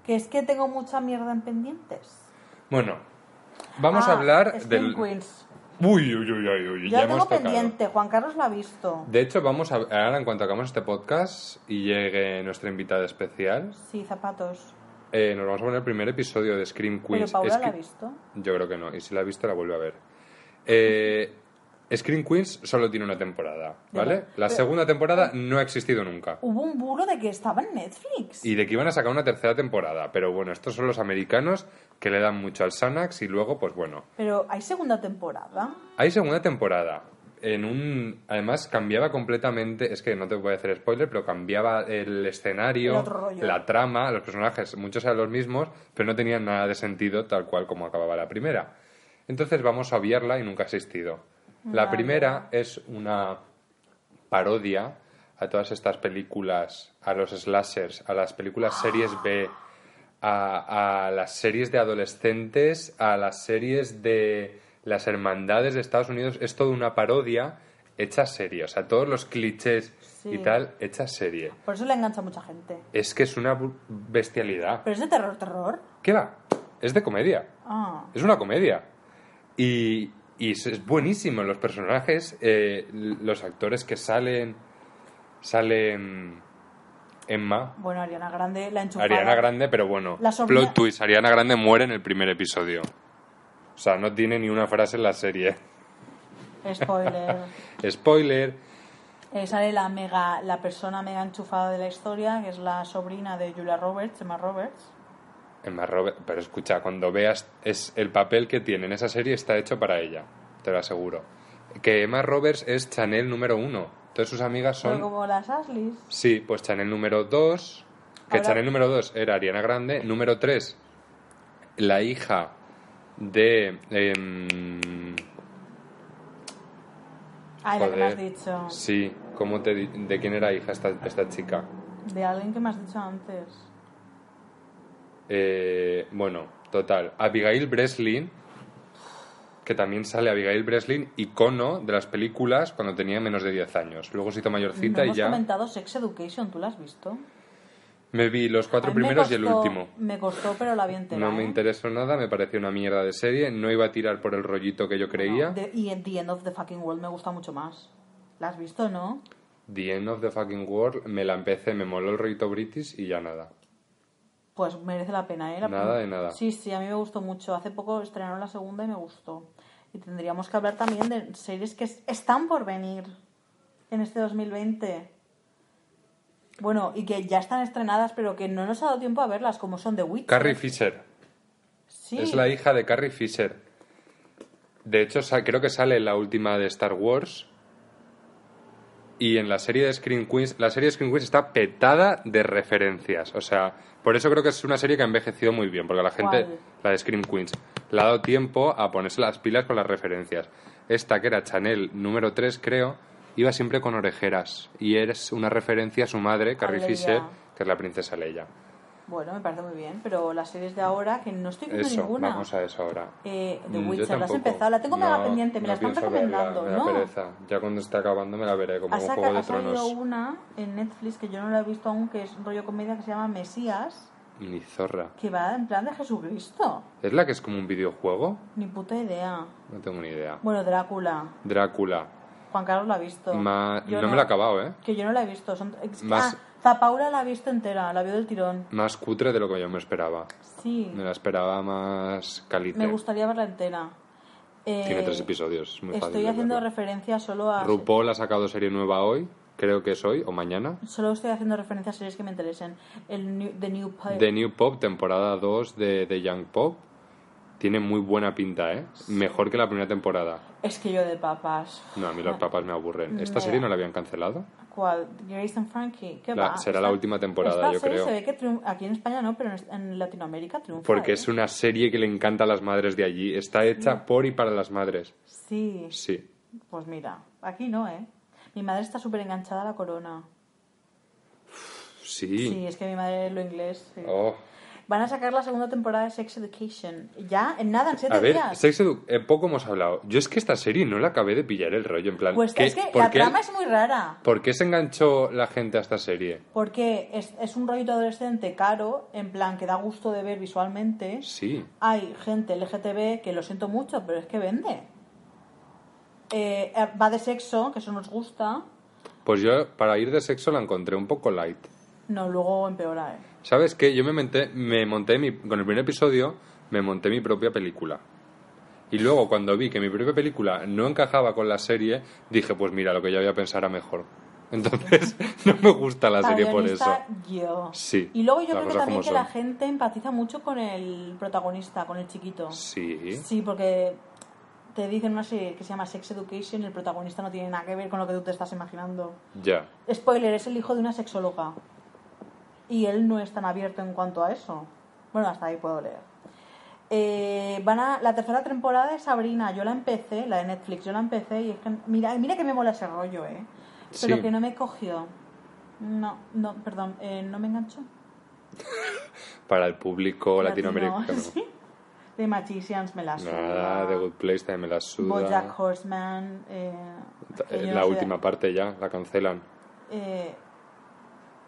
[SPEAKER 1] Que es que tengo mucha mierda en pendientes.
[SPEAKER 2] Bueno, vamos
[SPEAKER 1] Ah,
[SPEAKER 2] a hablar
[SPEAKER 1] Scream
[SPEAKER 2] del.
[SPEAKER 1] Queens.
[SPEAKER 2] Uy, uy, uy, uy, uy,
[SPEAKER 1] Yo
[SPEAKER 2] ya
[SPEAKER 1] la tengo
[SPEAKER 2] hemos tocado.
[SPEAKER 1] pendiente. Juan Carlos la ha visto.
[SPEAKER 2] De hecho, vamos a ahora en cuanto hagamos este podcast y llegue nuestra invitada especial,
[SPEAKER 1] Sí, zapatos.
[SPEAKER 2] eh, nos vamos a poner el primer episodio de Scream
[SPEAKER 1] Pero
[SPEAKER 2] Queens.
[SPEAKER 1] Paula
[SPEAKER 2] Es
[SPEAKER 1] la ha
[SPEAKER 2] que-
[SPEAKER 1] visto.
[SPEAKER 2] Yo creo que no, y si la ha visto la vuelve a ver. Eh, Scream Queens solo tiene una temporada, ¿vale?
[SPEAKER 1] Pero-
[SPEAKER 2] La
[SPEAKER 1] pero-
[SPEAKER 2] segunda temporada no ha existido nunca.
[SPEAKER 1] Hubo un bulo de que estaba en Netflix.
[SPEAKER 2] Y de que iban a sacar una tercera temporada, pero bueno, estos son los americanos que le dan mucho al Sanax y luego, pues bueno,
[SPEAKER 1] Pero hay segunda temporada.
[SPEAKER 2] Hay segunda temporada. En un. Además, cambiaba completamente. Es que no te voy a hacer spoiler, pero cambiaba el
[SPEAKER 1] El
[SPEAKER 2] escenario,
[SPEAKER 1] otro rollo.
[SPEAKER 2] la trama, los personajes. Muchos eran los mismos, pero no tenían nada de sentido tal cual como acababa la primera. Entonces vamos a obviarla y nunca ha existido. La
[SPEAKER 1] Vale.
[SPEAKER 2] primera es una parodia a todas estas películas, a los slashers, a las películas series B, a, a las series de adolescentes, a las series de las hermandades de Estados Unidos. Es toda una parodia hecha serie. O sea, todos los clichés
[SPEAKER 1] Sí.
[SPEAKER 2] y tal hecha serie.
[SPEAKER 1] Por eso le engancha a mucha gente.
[SPEAKER 2] Es que es una bu- bestialidad.
[SPEAKER 1] Pero es de terror, terror.
[SPEAKER 2] ¿Qué va? Es de comedia.
[SPEAKER 1] Ah.
[SPEAKER 2] Es una comedia. Y, y es, es buenísimo. Los personajes, eh, los actores que salen. Salen. Emma.
[SPEAKER 1] Bueno, Ariana Grande la enchufada.
[SPEAKER 2] Ariana Grande, pero bueno.
[SPEAKER 1] La sobrina-
[SPEAKER 2] Plot twist: Ariana Grande muere en el primer episodio. O sea, no tiene ni una frase en la serie. [LAUGHS]
[SPEAKER 1] Spoiler.
[SPEAKER 2] Spoiler.
[SPEAKER 1] Eh, sale la mega, la persona mega enchufada de la historia, que es la sobrina de Julia Roberts, Emma Roberts.
[SPEAKER 2] Emma Roberts. Pero escucha, cuando veas. es El papel que tiene en esa serie está hecho para ella. Te lo aseguro. Que Emma Roberts es Chanel número uno. Todas sus amigas
[SPEAKER 1] Pero
[SPEAKER 2] son
[SPEAKER 1] como las Asleys.
[SPEAKER 2] Sí, pues Chanel número 2. Que
[SPEAKER 1] Ahora-
[SPEAKER 2] Chanel número 2 era Ariana Grande. Número 3, la hija de. em,
[SPEAKER 1] Ah, la que me has
[SPEAKER 2] joder,
[SPEAKER 1] dicho.
[SPEAKER 2] Sí, ¿cómo te, di- ¿de quién era hija esta, esta chica?
[SPEAKER 1] De alguien que me has dicho antes.
[SPEAKER 2] Eh, bueno, total. Abigail Breslin, que también sale Abigail Breslin, icono de las películas cuando tenía menos de 10 años. Luego se hizo
[SPEAKER 1] no
[SPEAKER 2] mayorcita y
[SPEAKER 1] hemos
[SPEAKER 2] ya.
[SPEAKER 1] comentado Sex Education, ¿tú la has visto?
[SPEAKER 2] Me vi los cuatro
[SPEAKER 1] A mí me
[SPEAKER 2] primeros y el
[SPEAKER 1] costó-
[SPEAKER 2] último.
[SPEAKER 1] Me costó, pero la vi entera.
[SPEAKER 2] No me
[SPEAKER 1] ¿eh?
[SPEAKER 2] interesó nada, me pareció una mierda de serie, no iba a tirar por el rollito que yo creía.
[SPEAKER 1] No, de- y en The End of the Fucking World me gusta mucho más. ¿La has visto, no?
[SPEAKER 2] The End of the Fucking World, me la empecé, me moló el rollito british y ya nada.
[SPEAKER 1] Pues merece la pena, ¿eh? La-
[SPEAKER 2] Nada de nada.
[SPEAKER 1] Sí, sí, a mí me gustó mucho. Hace poco estrenaron la segunda y me gustó. Y tendríamos que hablar también de series que es- están por venir en este 2020. Bueno, y que ya están estrenadas, pero que no nos ha dado tiempo a verlas, como son The Witcher.
[SPEAKER 2] Carrie Fisher,
[SPEAKER 1] Sí.
[SPEAKER 2] es la hija de Carrie Fisher. De hecho, sa- creo que sale en la última de Star Wars. Y en la serie de Screen Queens, la serie de Screen Queens está petada de referencias. O sea, por eso creo que es una serie que ha envejecido muy bien, porque la gente,
[SPEAKER 1] ¿Cuál?
[SPEAKER 2] la de Screen Queens, le ha dado tiempo a ponerse las pilas con las referencias. Esta, que era Chanel número 3, creo, iba siempre con orejeras. Y es una referencia a su madre, Carrie
[SPEAKER 1] Leia.
[SPEAKER 2] Fisher, que es la princesa Leia.
[SPEAKER 1] Bueno, me parece muy bien, pero las series de ahora, que no estoy viendo
[SPEAKER 2] Eso,
[SPEAKER 1] ninguna.
[SPEAKER 2] vamos a eso ahora.
[SPEAKER 1] Eh, The
[SPEAKER 2] Mm, yo
[SPEAKER 1] Witcher, ¿la has
[SPEAKER 2] tampoco.
[SPEAKER 1] empezado? La tengo mega pendiente, me la están
[SPEAKER 2] pienso verla,
[SPEAKER 1] recomendando,
[SPEAKER 2] me da
[SPEAKER 1] ¿no?
[SPEAKER 2] pereza. Ya cuando esté acabando me la veré, como
[SPEAKER 1] Ha,
[SPEAKER 2] un
[SPEAKER 1] saca-
[SPEAKER 2] Juego de
[SPEAKER 1] ha salido
[SPEAKER 2] Tronos.
[SPEAKER 1] una en Netflix que yo no la he visto aún, que es rollo comedia que se llama Mesías,
[SPEAKER 2] Ni zorra.
[SPEAKER 1] Que va en plan de Jesucristo.
[SPEAKER 2] ¿Es la que es como un videojuego?
[SPEAKER 1] Ni puta idea.
[SPEAKER 2] No tengo ni idea.
[SPEAKER 1] Bueno, Drácula.
[SPEAKER 2] Drácula.
[SPEAKER 1] Juan Carlos la ha visto.
[SPEAKER 2] Ma-
[SPEAKER 1] Yo
[SPEAKER 2] No me la he acabado, ¿eh?
[SPEAKER 1] Que yo no la he visto. Son... es-
[SPEAKER 2] Más-
[SPEAKER 1] Ah, Zapaura la ha visto entera, la vio del tirón.
[SPEAKER 2] Más cutre de lo que yo me esperaba.
[SPEAKER 1] Sí.
[SPEAKER 2] Me la esperaba más calite.
[SPEAKER 1] Me gustaría verla entera. Eh,
[SPEAKER 2] Tiene tres episodios. es Muy fácil
[SPEAKER 1] Estoy
[SPEAKER 2] de
[SPEAKER 1] haciendo
[SPEAKER 2] verlo.
[SPEAKER 1] referencia solo a.
[SPEAKER 2] RuPaul ha sacado serie nueva hoy. Creo que es hoy o mañana.
[SPEAKER 1] Solo estoy haciendo referencia a series que me interesen. El New- The New Pie.
[SPEAKER 2] The New Pop, temporada 2 de, de Young Pop. Tiene muy buena pinta, ¿eh? Mejor que la primera temporada.
[SPEAKER 1] Es que yo de papas.
[SPEAKER 2] No, a mí los papas me aburren. ¿Esta
[SPEAKER 1] Mira.
[SPEAKER 2] serie no la habían cancelado?
[SPEAKER 1] ¿Cuál? Grace and Frankie. ¿Qué
[SPEAKER 2] La-
[SPEAKER 1] va?
[SPEAKER 2] será la última temporada,
[SPEAKER 1] esta
[SPEAKER 2] yo
[SPEAKER 1] serie
[SPEAKER 2] creo.
[SPEAKER 1] Se ve que triun- aquí en España no, pero en, en Latinoamérica triunfa.
[SPEAKER 2] Porque
[SPEAKER 1] ¿eh?
[SPEAKER 2] es una serie que le encanta a las madres de allí. Está hecha por y para las madres.
[SPEAKER 1] Sí.
[SPEAKER 2] Sí.
[SPEAKER 1] Pues mira, aquí no, ¿eh? Mi madre está súper enganchada a la corona.
[SPEAKER 2] Sí.
[SPEAKER 1] Sí, es que mi madre es lo inglés. sí.
[SPEAKER 2] Oh.
[SPEAKER 1] Van a sacar la segunda temporada de Sex Education. Ya, en nada, en siete
[SPEAKER 2] A ver,
[SPEAKER 1] días.
[SPEAKER 2] Sex Edu, eh, poco hemos hablado. Yo es que esta serie no la acabé de pillar el rollo. En plan,
[SPEAKER 1] Pues
[SPEAKER 2] ¿qué-
[SPEAKER 1] es que
[SPEAKER 2] por
[SPEAKER 1] la
[SPEAKER 2] qué-
[SPEAKER 1] trama es muy rara.
[SPEAKER 2] ¿Por qué se enganchó la gente a esta serie?
[SPEAKER 1] Porque es, es un rollito adolescente caro, en plan que da gusto de ver visualmente.
[SPEAKER 2] Sí.
[SPEAKER 1] Hay gente LGTB que lo siento mucho, pero es que vende. Eh, eh, va de sexo, que eso nos gusta.
[SPEAKER 2] Pues yo, para ir de sexo, la encontré un poco light.
[SPEAKER 1] No, luego empeora, ¿eh?
[SPEAKER 2] ¿Sabes qué? Yo me monté, me monté mi, con el primer episodio, me monté mi propia película. Y luego, cuando vi que mi propia película no encajaba con la serie, dije, pues mira, lo que yo había pensado era mejor. [LAUGHS] Entonces, no me gusta la serie por eso.
[SPEAKER 1] Protagonista, yo.
[SPEAKER 2] Sí,
[SPEAKER 1] Y luego yo
[SPEAKER 2] las
[SPEAKER 1] creo que
[SPEAKER 2] cosas
[SPEAKER 1] también
[SPEAKER 2] como
[SPEAKER 1] que la
[SPEAKER 2] son.
[SPEAKER 1] gente empatiza mucho con el protagonista, con el chiquito.
[SPEAKER 2] Sí.
[SPEAKER 1] Sí, porque te dicen una serie que se llama Sex Education y el protagonista no tiene nada que ver con lo que tú te estás imaginando.
[SPEAKER 2] Ya.
[SPEAKER 1] Spoiler, es el hijo de una sexóloga. Y él no es tan abierto en cuanto a eso. Bueno, hasta ahí puedo leer. Eh, van a, la tercera temporada de Sabrina, yo la empecé, la de Netflix, yo la empecé y es que mira, mira que me mola ese rollo, ¿eh? Pero
[SPEAKER 2] Sí.
[SPEAKER 1] que no me cogió. No, no, perdón, eh, no me enganchó.
[SPEAKER 2] Para el público
[SPEAKER 1] Latino, [LAUGHS]
[SPEAKER 2] latinoamericano.
[SPEAKER 1] sí. De Magicians me la
[SPEAKER 2] Nada,
[SPEAKER 1] suda.
[SPEAKER 2] The Good Place también me la suda.
[SPEAKER 1] Bojack Horseman. eh,
[SPEAKER 2] Ta-
[SPEAKER 1] que
[SPEAKER 2] eh,
[SPEAKER 1] yo no
[SPEAKER 2] la
[SPEAKER 1] soy-
[SPEAKER 2] última parte ya, la cancelan.
[SPEAKER 1] eh,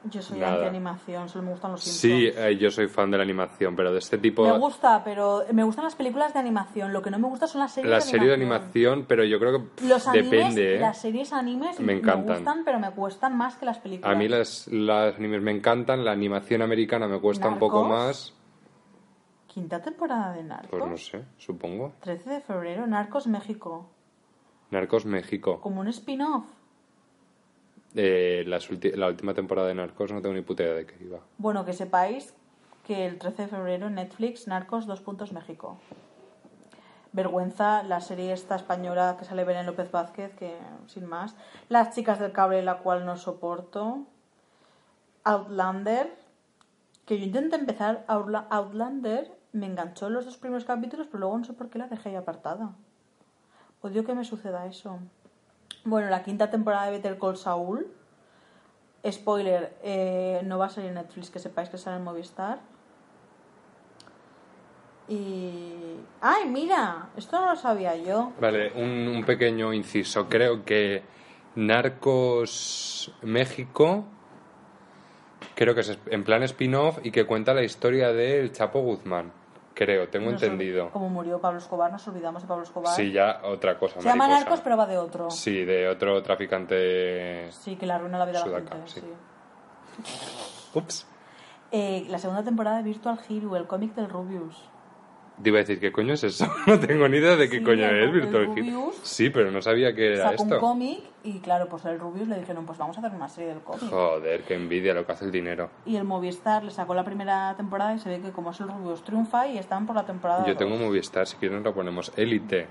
[SPEAKER 1] yo soy
[SPEAKER 2] Nada.
[SPEAKER 1] de animación, solo me gustan los
[SPEAKER 2] Sí,
[SPEAKER 1] Simpsons.
[SPEAKER 2] eh, yo soy fan de la animación, pero de este tipo...
[SPEAKER 1] Me gusta, pero me gustan las películas de animación. Lo que no me gusta son las series
[SPEAKER 2] la
[SPEAKER 1] de
[SPEAKER 2] serie de
[SPEAKER 1] animación.
[SPEAKER 2] animación, pero yo creo que pff,
[SPEAKER 1] Los animes,
[SPEAKER 2] depende. ¿eh?
[SPEAKER 1] las series animes
[SPEAKER 2] Me encantan.
[SPEAKER 1] gustan, pero me cuestan más que las películas.
[SPEAKER 2] A mí las, las animes me encantan, la animación americana me cuesta un poco
[SPEAKER 1] ¿Narcos?
[SPEAKER 2] más.
[SPEAKER 1] Quinta temporada de Narcos.
[SPEAKER 2] Pues no sé, supongo.
[SPEAKER 1] 13 de febrero, Narcos México.
[SPEAKER 2] Narcos México.
[SPEAKER 1] Como un spin-off.
[SPEAKER 2] Eh, las ulti- la última temporada de Narcos no tengo ni puta idea de qué iba.
[SPEAKER 1] Bueno, que sepáis que el 13 de febrero en Netflix, Narcos 2 puntos México. Vergüenza, la serie esta española que sale Belén López Vázquez, que sin más. Las chicas del cable, la cual no soporto. Outlander, que yo intenté empezar Outla- Outlander, me enganchó en los dos primeros capítulos, pero luego no sé por qué la dejé ahí apartada. Odio que me suceda eso. Bueno, la quinta temporada de Better Call Saul. Spoiler, eh, no va a salir en Netflix, que sepáis que sale en Movistar. Y... ¡Ay, mira! Esto no lo sabía yo.
[SPEAKER 2] Vale, un, un pequeño inciso. Creo que Narcos México creo que es en plan spin-off y que cuenta la historia del Chapo Guzmán. Creo, tengo
[SPEAKER 1] Nos ol-
[SPEAKER 2] entendido.
[SPEAKER 1] Como murió Pablo Escobar, nos olvidamos de Pablo Escobar.
[SPEAKER 2] Sí, ya otra cosa.
[SPEAKER 1] Se llama
[SPEAKER 2] mariposa.
[SPEAKER 1] Narcos, pero va de otro. Sí,
[SPEAKER 2] Sí, de otro traficante.
[SPEAKER 1] que le arruina la vida
[SPEAKER 2] Sudaca,
[SPEAKER 1] a la gente.
[SPEAKER 2] sí.
[SPEAKER 1] sí.
[SPEAKER 2] Ups.
[SPEAKER 1] Eh, la segunda temporada de Virtual Hero, el cómic del Rubius.
[SPEAKER 2] Te iba a decir, ¿qué coño es eso? [LAUGHS] No tengo ni idea de qué
[SPEAKER 1] Sí,
[SPEAKER 2] coño
[SPEAKER 1] el
[SPEAKER 2] es
[SPEAKER 1] Ru- el
[SPEAKER 2] Virtual Hit.
[SPEAKER 1] Rubius.
[SPEAKER 2] Sí, pero no sabía que era
[SPEAKER 1] Sacó un
[SPEAKER 2] esto.
[SPEAKER 1] cómic y claro, pues el Rubius le dijeron, pues vamos a hacer una serie del cómic.
[SPEAKER 2] Joder, qué envidia lo que hace el dinero.
[SPEAKER 1] Y el Movistar le sacó la primera temporada y se ve que como es el Rubius triunfa y están por la temporada
[SPEAKER 2] Yo
[SPEAKER 1] dos.
[SPEAKER 2] tengo Movistar, si quieren lo ponemos. Élite.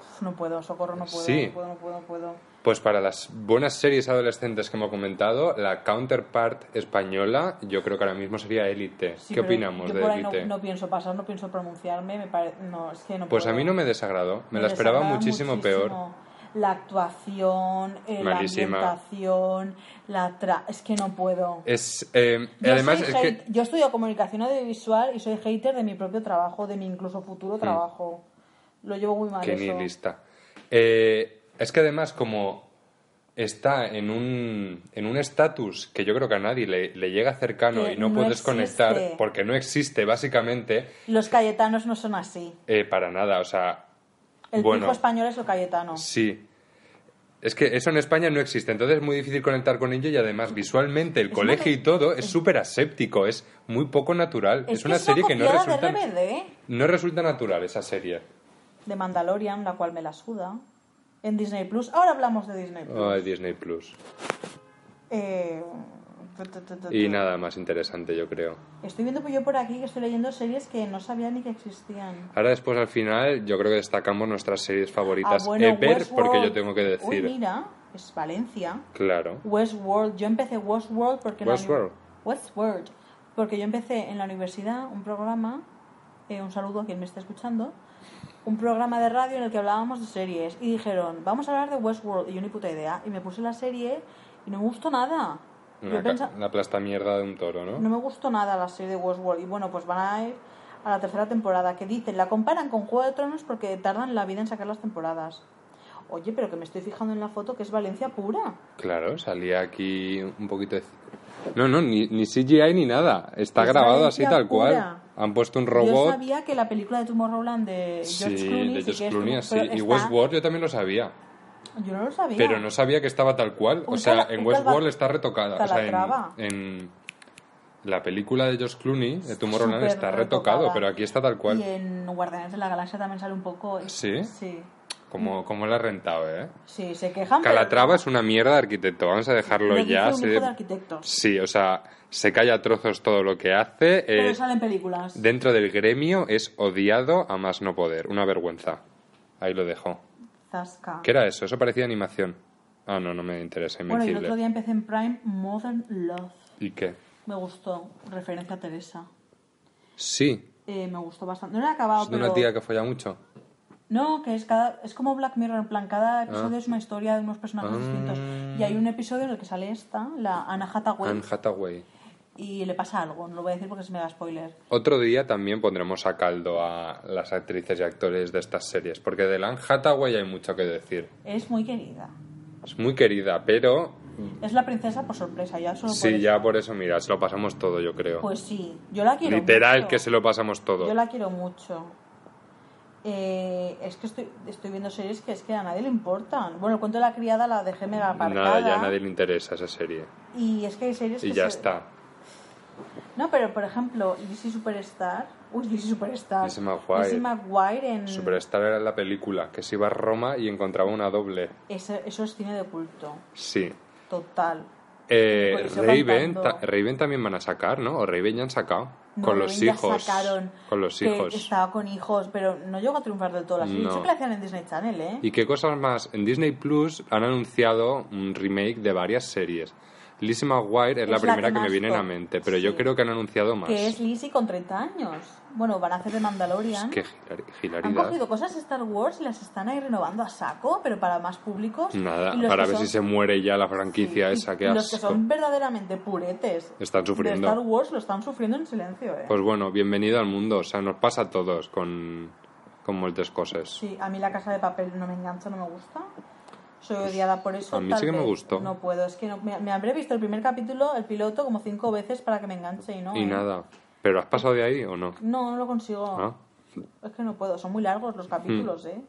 [SPEAKER 1] Uf, No puedo, socorro, no puedo,
[SPEAKER 2] Sí.
[SPEAKER 1] no puedo, no puedo, no puedo.
[SPEAKER 2] Pues para las buenas series adolescentes que hemos comentado, la counterpart española, yo creo que ahora mismo sería Élite.
[SPEAKER 1] Sí,
[SPEAKER 2] ¿Qué
[SPEAKER 1] pero
[SPEAKER 2] opinamos
[SPEAKER 1] yo
[SPEAKER 2] de
[SPEAKER 1] por ahí no-
[SPEAKER 2] Élite?
[SPEAKER 1] No, pienso pasar, no pienso pronunciarme, me pare- no, es que no
[SPEAKER 2] Pues a
[SPEAKER 1] puedo.
[SPEAKER 2] mí no me desagradó, me, la
[SPEAKER 1] desagrada
[SPEAKER 2] esperaba muchísimo, peor.
[SPEAKER 1] La actuación, eh, la
[SPEAKER 2] Malísima.
[SPEAKER 1] ambientación, la tra... Es que no puedo.
[SPEAKER 2] Es, eh,
[SPEAKER 1] Yo
[SPEAKER 2] además,
[SPEAKER 1] soy
[SPEAKER 2] es
[SPEAKER 1] hate-
[SPEAKER 2] que
[SPEAKER 1] yo estudio comunicación audiovisual y soy hater de mi propio trabajo, de mi incluso futuro
[SPEAKER 2] Mm.
[SPEAKER 1] trabajo. Lo llevo muy mal
[SPEAKER 2] que
[SPEAKER 1] eso.
[SPEAKER 2] ni lista. Eh, es que además, como está en un en un estatus que yo creo que a nadie le, le llega cercano
[SPEAKER 1] Que
[SPEAKER 2] y no,
[SPEAKER 1] no
[SPEAKER 2] puedes conectar
[SPEAKER 1] existe.
[SPEAKER 2] porque no existe básicamente
[SPEAKER 1] Los cayetanos no son así.
[SPEAKER 2] eh, para nada. O sea,
[SPEAKER 1] El
[SPEAKER 2] bueno,
[SPEAKER 1] pijo español es el cayetano.
[SPEAKER 2] sí. Es que eso en España no existe, entonces es muy difícil conectar con ello y además visualmente el
[SPEAKER 1] Es
[SPEAKER 2] colegio
[SPEAKER 1] una-
[SPEAKER 2] y todo es súper aséptico, es muy poco natural. Es,
[SPEAKER 1] que
[SPEAKER 2] una serie que no
[SPEAKER 1] copiada
[SPEAKER 2] resulta,
[SPEAKER 1] de RBD,
[SPEAKER 2] no resulta natural esa serie.
[SPEAKER 1] de Mandalorian, la cual me la suda. En Disney Plus. Ahora hablamos de Disney Plus.
[SPEAKER 2] Ay, Disney Plus.
[SPEAKER 1] Eh, tu, tu, tu, tu,
[SPEAKER 2] Y
[SPEAKER 1] tu.
[SPEAKER 2] nada más interesante, yo creo.
[SPEAKER 1] Estoy viendo yo por aquí que estoy leyendo series que no sabía ni que existían.
[SPEAKER 2] Ahora después al final yo creo que destacamos nuestras series favoritas
[SPEAKER 1] Ah, bueno,
[SPEAKER 2] ever
[SPEAKER 1] Westworld.
[SPEAKER 2] porque yo tengo que
[SPEAKER 1] Uy,
[SPEAKER 2] decir,
[SPEAKER 1] mira, es Valencia.
[SPEAKER 2] claro,
[SPEAKER 1] Westworld. Yo empecé Westworld porque... en la uni-
[SPEAKER 2] Westworld.
[SPEAKER 1] Westworld. Porque yo empecé en la universidad un programa, eh, un saludo a quien me está escuchando, un programa de radio en el que hablábamos de series. Y dijeron, vamos a hablar de Westworld. Y yo ni puta idea. Y me puse la serie y no me gustó nada. Yo
[SPEAKER 2] una,
[SPEAKER 1] pensa-
[SPEAKER 2] ca- una plasta mierda de un toro, ¿no?
[SPEAKER 1] no me gustó nada la serie de Westworld. Y bueno, pues van a ir a la tercera temporada. Que dicen, la comparan con Juego de Tronos porque tardan la vida en sacar las temporadas. Oye, pero que me estoy fijando en la foto que es Valencia pura.
[SPEAKER 2] Claro, salía aquí un poquito de... No, no, ni, ni CGI ni nada, está
[SPEAKER 1] Es
[SPEAKER 2] grabado
[SPEAKER 1] Valencia
[SPEAKER 2] así tal cual.
[SPEAKER 1] pura.
[SPEAKER 2] Han puesto un
[SPEAKER 1] Yo
[SPEAKER 2] robot.
[SPEAKER 1] sabía que la película de Tomorrowland de George
[SPEAKER 2] sí,
[SPEAKER 1] Clooney.
[SPEAKER 2] de
[SPEAKER 1] sí
[SPEAKER 2] George
[SPEAKER 1] que
[SPEAKER 2] Clooney,
[SPEAKER 1] estuvo-
[SPEAKER 2] así.
[SPEAKER 1] pero
[SPEAKER 2] Y
[SPEAKER 1] está-
[SPEAKER 2] Westworld yo también lo sabía,
[SPEAKER 1] Yo no lo sabía.
[SPEAKER 2] pero no sabía que estaba tal cual. O
[SPEAKER 1] Un
[SPEAKER 2] sea,
[SPEAKER 1] cala-
[SPEAKER 2] en
[SPEAKER 1] un
[SPEAKER 2] Westworld
[SPEAKER 1] calva-
[SPEAKER 2] está retocada. O sea,
[SPEAKER 1] calatrava.
[SPEAKER 2] en, en la película de George Clooney, de Tomorrowland,
[SPEAKER 1] súper
[SPEAKER 2] está retocado,
[SPEAKER 1] retocada.
[SPEAKER 2] pero aquí está tal cual.
[SPEAKER 1] Y en Guardianes de la Galaxia también sale un poco.
[SPEAKER 2] ¿Sí?
[SPEAKER 1] Sí. Mm.
[SPEAKER 2] Como, como la ha rentado, ¿eh?
[SPEAKER 1] Sí, se quejan. pero-
[SPEAKER 2] Calatrava es una mierda de arquitecto, vamos a dejarlo
[SPEAKER 1] Lo dice
[SPEAKER 2] ya.
[SPEAKER 1] un
[SPEAKER 2] se-
[SPEAKER 1] hijo de arquitecto.
[SPEAKER 2] sí, o sea, se calla a trozos todo lo que hace. eh,
[SPEAKER 1] Pero salen películas.
[SPEAKER 2] dentro del gremio es odiado a más no poder, una vergüenza. Ahí lo dejo.
[SPEAKER 1] Zasca.
[SPEAKER 2] ¿Qué era eso? Eso parecía animación. Ah, no, no me interesa,
[SPEAKER 1] Ah. Bueno, y el
[SPEAKER 2] invencible.
[SPEAKER 1] otro día empecé en Prime Modern Love.
[SPEAKER 2] ¿Y qué?
[SPEAKER 1] Me gustó, referencia a Teresa.
[SPEAKER 2] Sí,
[SPEAKER 1] Eh, me gustó bastante. No la he acabado,
[SPEAKER 2] es de
[SPEAKER 1] Ah, pero...
[SPEAKER 2] una tía que folla mucho.
[SPEAKER 1] No, que es, cada... es como Black Mirror, en plan,
[SPEAKER 2] Ah.
[SPEAKER 1] cada episodio es una historia de unos personajes distintos. Y hay un episodio en el que sale esta, la Anna Hathaway,
[SPEAKER 2] Anne Hathaway.
[SPEAKER 1] y le pasa algo. No lo voy a decir porque se me da spoiler.
[SPEAKER 2] Otro día también pondremos a caldo a las actrices y actores de estas series, porque de Anne Hathaway hay mucho que decir.
[SPEAKER 1] Es muy querida.
[SPEAKER 2] Es muy querida, pero
[SPEAKER 1] Es la princesa por sorpresa, ya solo por
[SPEAKER 2] Sí,
[SPEAKER 1] eso.
[SPEAKER 2] ya por eso, mira, se lo pasamos todo, yo creo.
[SPEAKER 1] Pues sí, yo la quiero
[SPEAKER 2] Literal
[SPEAKER 1] mucho.
[SPEAKER 2] que se lo pasamos todo.
[SPEAKER 1] Yo la quiero mucho. Eh, es que estoy, estoy viendo series que es que a nadie le importan. Bueno, el cuento de la criada la dejé mega aparcada.
[SPEAKER 2] Nada, ya a nadie le interesa esa serie.
[SPEAKER 1] Y es que hay series
[SPEAKER 2] Y
[SPEAKER 1] que
[SPEAKER 2] ya
[SPEAKER 1] se-
[SPEAKER 2] está.
[SPEAKER 1] No, pero por ejemplo, Lizzie Superstar. Uy, Lizzie Superstar.
[SPEAKER 2] Lizzie McGuire.
[SPEAKER 1] Lizzie McGuire en.
[SPEAKER 2] Superstar era la película, que se iba a Roma y encontraba una doble.
[SPEAKER 1] Eso, eso es cine de culto.
[SPEAKER 2] Sí.
[SPEAKER 1] Total.
[SPEAKER 2] Eh,
[SPEAKER 1] Por eso
[SPEAKER 2] Raven,
[SPEAKER 1] cantando.
[SPEAKER 2] ta- Raven también van a sacar, ¿no? O Raven ya han sacado.
[SPEAKER 1] No,
[SPEAKER 2] con los
[SPEAKER 1] ya
[SPEAKER 2] hijos.
[SPEAKER 1] sacaron
[SPEAKER 2] con los
[SPEAKER 1] que
[SPEAKER 2] hijos.
[SPEAKER 1] Estaba con hijos, pero no llegó a triunfar del todo la serie.
[SPEAKER 2] No.
[SPEAKER 1] Siempre la hacían en Disney Channel, ¿eh?
[SPEAKER 2] ¿Y qué cosas más? En Disney Plus han anunciado un remake de varias series. Lizzie McGuire es,
[SPEAKER 1] Es
[SPEAKER 2] la
[SPEAKER 1] la
[SPEAKER 2] primera
[SPEAKER 1] que
[SPEAKER 2] que, me
[SPEAKER 1] más
[SPEAKER 2] viene a
[SPEAKER 1] to-
[SPEAKER 2] la mente, pero yo
[SPEAKER 1] sí.
[SPEAKER 2] creo que han anunciado más.
[SPEAKER 1] Que es Lizzie con 30 años. Bueno, van a hacer de Mandalorian.
[SPEAKER 2] que hilar-
[SPEAKER 1] Han
[SPEAKER 2] hilaridad.
[SPEAKER 1] cogido cosas de Star Wars y las están ahí renovando a saco, pero para más públicos.
[SPEAKER 2] Nada,
[SPEAKER 1] Y los
[SPEAKER 2] para
[SPEAKER 1] que
[SPEAKER 2] ver
[SPEAKER 1] son-
[SPEAKER 2] si se muere ya la
[SPEAKER 1] sí,
[SPEAKER 2] franquicia
[SPEAKER 1] y-
[SPEAKER 2] esa,
[SPEAKER 1] y
[SPEAKER 2] que
[SPEAKER 1] Los que
[SPEAKER 2] asco.
[SPEAKER 1] son verdaderamente puretes.
[SPEAKER 2] Están sufriendo.
[SPEAKER 1] De Star Wars lo están sufriendo en silencio, ¿eh?
[SPEAKER 2] Pues bueno, bienvenido al mundo, o sea, nos pasa a todos con, con moltes coses.
[SPEAKER 1] Sí, a mí la casa de papel no me engancha, no me gusta. Soy odiada por eso.
[SPEAKER 2] a mí
[SPEAKER 1] tal
[SPEAKER 2] sí que me
[SPEAKER 1] vez
[SPEAKER 2] gustó.
[SPEAKER 1] No puedo, es que no- me, me habré visto el primer capítulo, el piloto, como cinco veces para que me enganche y no.
[SPEAKER 2] y
[SPEAKER 1] ¿eh?
[SPEAKER 2] nada, ¿pero has pasado de ahí o no?
[SPEAKER 1] No, no lo consigo.
[SPEAKER 2] Ah. Hmm.
[SPEAKER 1] Es que no puedo, son muy largos los capítulos, ¿eh?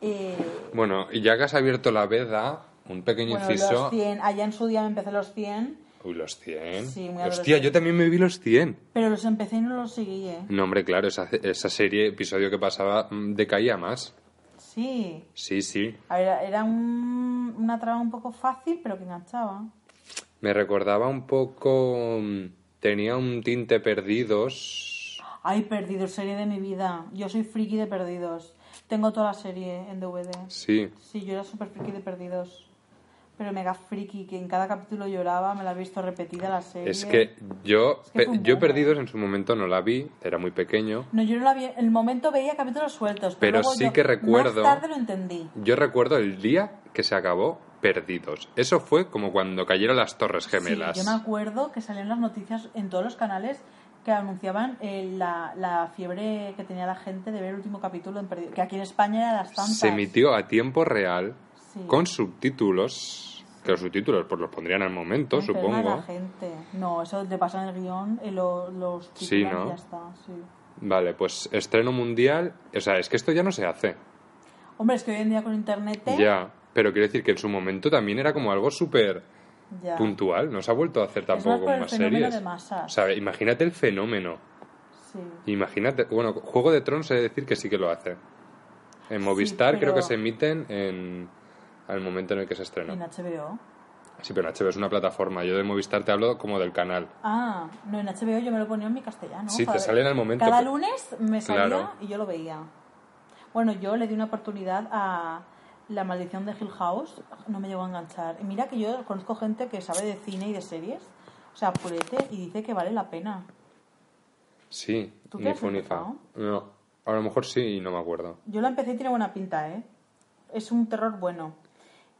[SPEAKER 1] Eh,
[SPEAKER 2] Bueno, y ya que has abierto la veda, un pequeño
[SPEAKER 1] Bueno,
[SPEAKER 2] inciso...
[SPEAKER 1] los 100, allá en su día me empecé los 100,
[SPEAKER 2] Uy, los 100.
[SPEAKER 1] Sí, muy
[SPEAKER 2] Hostia,
[SPEAKER 1] adolescente.
[SPEAKER 2] yo también me vi los 100.
[SPEAKER 1] pero los empecé y no los seguí, ¿eh?
[SPEAKER 2] No, hombre, claro, esa, esa serie, episodio que pasaba, mm, decaía más.
[SPEAKER 1] Sí.
[SPEAKER 2] Sí, sí.
[SPEAKER 1] A ver, era un- una trama un poco fácil, pero que enganchaba.
[SPEAKER 2] Me recordaba un poco... mm, Tenía un tinte perdidos.
[SPEAKER 1] Ay, Perdidos, serie de mi vida. Yo soy friki de Perdidos. Tengo toda la serie en DVD.
[SPEAKER 2] Sí.
[SPEAKER 1] Sí, yo era súper friki de Perdidos. Pero mega friki, que en cada capítulo lloraba, me la he visto repetida la serie.
[SPEAKER 2] Es que yo,
[SPEAKER 1] Es que
[SPEAKER 2] pe-
[SPEAKER 1] fue un
[SPEAKER 2] yo
[SPEAKER 1] boom,
[SPEAKER 2] Perdidos en su momento no la vi, era muy pequeño.
[SPEAKER 1] No, yo no la vi. En el momento veía capítulos sueltos. Pero,
[SPEAKER 2] Pero
[SPEAKER 1] luego
[SPEAKER 2] sí
[SPEAKER 1] yo-
[SPEAKER 2] que recuerdo-
[SPEAKER 1] Más tarde lo entendí.
[SPEAKER 2] Yo recuerdo el día que se acabó Perdidos. Eso fue como cuando cayeron las Torres Gemelas.
[SPEAKER 1] Sí, yo me acuerdo que salían las noticias en todos los canales que anunciaban eh, la, la fiebre que tenía la gente de ver el último capítulo en Perdidos. Que aquí en España era de las tantas.
[SPEAKER 2] se emitió a tiempo real
[SPEAKER 1] Sí.
[SPEAKER 2] con subtítulos, que los subtítulos pues los pondrían al momento,
[SPEAKER 1] Enferma
[SPEAKER 2] supongo.
[SPEAKER 1] la gente. No, eso te pasa en el guión, en lo- los
[SPEAKER 2] Sí,
[SPEAKER 1] titulan y
[SPEAKER 2] ¿no?
[SPEAKER 1] ya está. Sí.
[SPEAKER 2] Vale, pues estreno mundial, o sea, es que esto ya no se hace.
[SPEAKER 1] Hombre, es que hoy en día con internet.
[SPEAKER 2] Ya, pero quiero decir que en su momento también era como algo súper
[SPEAKER 1] ya.
[SPEAKER 2] puntual, no se ha vuelto a hacer
[SPEAKER 1] más
[SPEAKER 2] tampoco
[SPEAKER 1] por
[SPEAKER 2] con
[SPEAKER 1] el
[SPEAKER 2] más
[SPEAKER 1] fenómeno
[SPEAKER 2] series.
[SPEAKER 1] de masas.
[SPEAKER 2] O sea, imagínate el fenómeno.
[SPEAKER 1] Sí.
[SPEAKER 2] Imagínate, bueno, Juego de Tronos he de decir que sí que lo hace. En Movistar
[SPEAKER 1] pero-
[SPEAKER 2] creo que se emiten en al momento en el que se
[SPEAKER 1] En
[SPEAKER 2] estrena.
[SPEAKER 1] HBO.
[SPEAKER 2] Sí, pero en HBO es una plataforma. Yo de Movistar te hablo como del canal.
[SPEAKER 1] Ah, no, en HBO yo me lo ponía en mi castellano.
[SPEAKER 2] Sí, te
[SPEAKER 1] joder.
[SPEAKER 2] sale en el momento,
[SPEAKER 1] Cada
[SPEAKER 2] pero-
[SPEAKER 1] lunes me salía
[SPEAKER 2] Claro.
[SPEAKER 1] y yo lo veía. Bueno, yo le di una oportunidad a La Maldición de Hill House, no me llegó a enganchar. Y mira que yo conozco gente que sabe de cine y de series, o sea, purete, y dice que vale la pena.
[SPEAKER 2] Sí,
[SPEAKER 1] ¿Tú qué
[SPEAKER 2] ni
[SPEAKER 1] has
[SPEAKER 2] fu ni fa.
[SPEAKER 1] empezado?
[SPEAKER 2] No, a lo mejor sí y no me acuerdo.
[SPEAKER 1] Yo la empecé y tiene buena pinta, ¿eh? Es un terror bueno.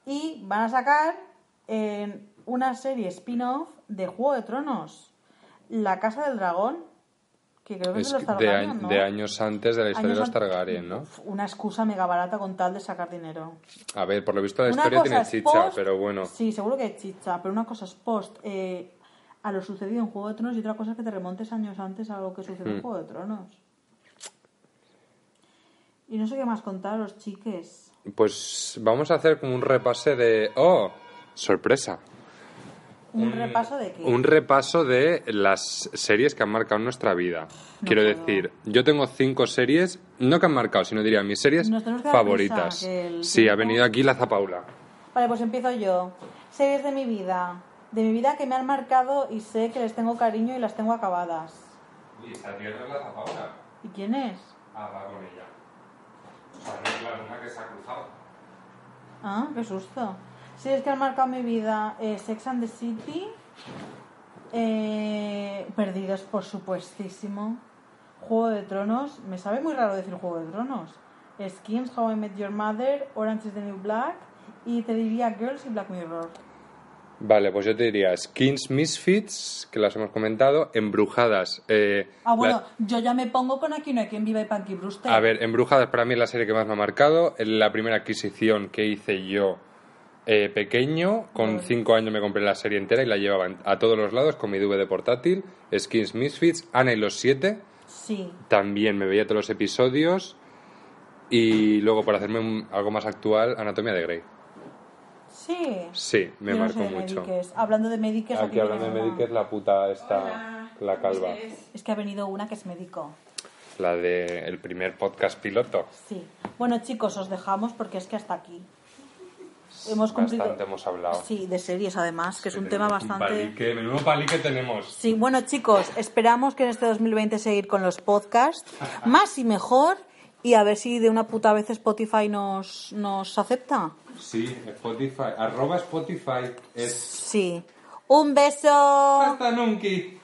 [SPEAKER 1] Y van a sacar en una serie spin-off de Juego de Tronos, La Casa del Dragón, que creo que es
[SPEAKER 2] Es
[SPEAKER 1] de los
[SPEAKER 2] de,
[SPEAKER 1] Targaryen,
[SPEAKER 2] añ-
[SPEAKER 1] ¿no?
[SPEAKER 2] de años antes de la historia
[SPEAKER 1] Años
[SPEAKER 2] de los
[SPEAKER 1] an-
[SPEAKER 2] Targaryen, ¿no?
[SPEAKER 1] Uf, Una excusa mega barata con tal de sacar dinero.
[SPEAKER 2] A ver, por lo visto la
[SPEAKER 1] Una
[SPEAKER 2] historia
[SPEAKER 1] cosa
[SPEAKER 2] tiene
[SPEAKER 1] es
[SPEAKER 2] chicha,
[SPEAKER 1] post-
[SPEAKER 2] pero bueno.
[SPEAKER 1] Sí, seguro que es chicha, pero una cosa es post eh, a lo sucedido en Juego de Tronos y otra cosa es que te remontes años antes a lo que sucedió
[SPEAKER 2] Hmm.
[SPEAKER 1] en Juego de Tronos. Y no sé qué más contaros, chiques.
[SPEAKER 2] Pues vamos a hacer como un repase de... ¡Oh! Sorpresa.
[SPEAKER 1] ¿Un repaso de qué?
[SPEAKER 2] Un repaso de las series que han marcado nuestra vida.
[SPEAKER 1] No
[SPEAKER 2] Quiero
[SPEAKER 1] puedo.
[SPEAKER 2] decir, yo tengo cinco series, no que han marcado, sino diría mis series
[SPEAKER 1] Nos tenemos que dar
[SPEAKER 2] favoritas.
[SPEAKER 1] prisa, que el
[SPEAKER 2] Sí,
[SPEAKER 1] tiempo-
[SPEAKER 2] ha venido aquí la Zapaula.
[SPEAKER 1] Vale, pues empiezo yo. Series de mi vida. De mi vida que me han marcado y sé que les tengo cariño y las tengo acabadas.
[SPEAKER 2] Uy, esta tierra es la Zapaula.
[SPEAKER 1] ¿Y quién es?
[SPEAKER 2] Ah, va con ella. O sea, no es la luna que se ha cruzado.
[SPEAKER 1] Ah, qué susto. Series que han marcado mi vida. eh, Sex and the City. eh, Perdidos, por supuestísimo. Juego de Tronos. Me sabe muy raro decir Juego de Tronos. Skins, How I Met Your Mother, Orange is the New Black. Y te diría Girls y Black Mirror.
[SPEAKER 2] Vale, pues yo te diría Skins Misfits, que las hemos comentado, Embrujadas. eh,
[SPEAKER 1] Ah, bueno,
[SPEAKER 2] la-
[SPEAKER 1] yo ya me pongo con Aquí no hay quien viva y Punky Brewster.
[SPEAKER 2] A ver, Embrujadas para mí es la serie que más me ha marcado. Es La primera adquisición que hice yo eh, pequeño, con
[SPEAKER 1] Vale.
[SPEAKER 2] cinco años me compré la serie entera y la llevaba en- a todos los lados con mi DVD portátil. Skins Misfits, Ana y los siete,
[SPEAKER 1] Sí.
[SPEAKER 2] también me veía todos los episodios. Y luego, para hacerme un- algo más actual, Anatomía de Grey.
[SPEAKER 1] Sí.
[SPEAKER 2] Sí, me
[SPEAKER 1] Yo no
[SPEAKER 2] marcó
[SPEAKER 1] sé de
[SPEAKER 2] mucho.
[SPEAKER 1] Medikers. Hablando de Medikers,
[SPEAKER 2] Aquí hablando de
[SPEAKER 1] viene una.
[SPEAKER 2] Medicare, la puta esta, la calva.
[SPEAKER 1] Es que ha venido una que es médico.
[SPEAKER 2] La del primer podcast piloto.
[SPEAKER 1] Sí. Bueno, chicos, os dejamos porque es que hasta aquí. Hemos cumplido.
[SPEAKER 2] Bastante hemos hablado.
[SPEAKER 1] Sí, de series además, que es un tema
[SPEAKER 2] Tenemos
[SPEAKER 1] bastante.
[SPEAKER 2] Eh, palique, menudo palique tenemos.
[SPEAKER 1] Sí, bueno, chicos, esperamos que en este 2020 seguir con los
[SPEAKER 2] [LAUGHS]
[SPEAKER 1] podcasts, más y mejor, y a ver si de una puta vez Spotify nos, nos acepta.
[SPEAKER 2] Sí, Spotify. Arroba Spotify. Es...
[SPEAKER 1] Sí. Un beso.
[SPEAKER 2] Hasta nunca.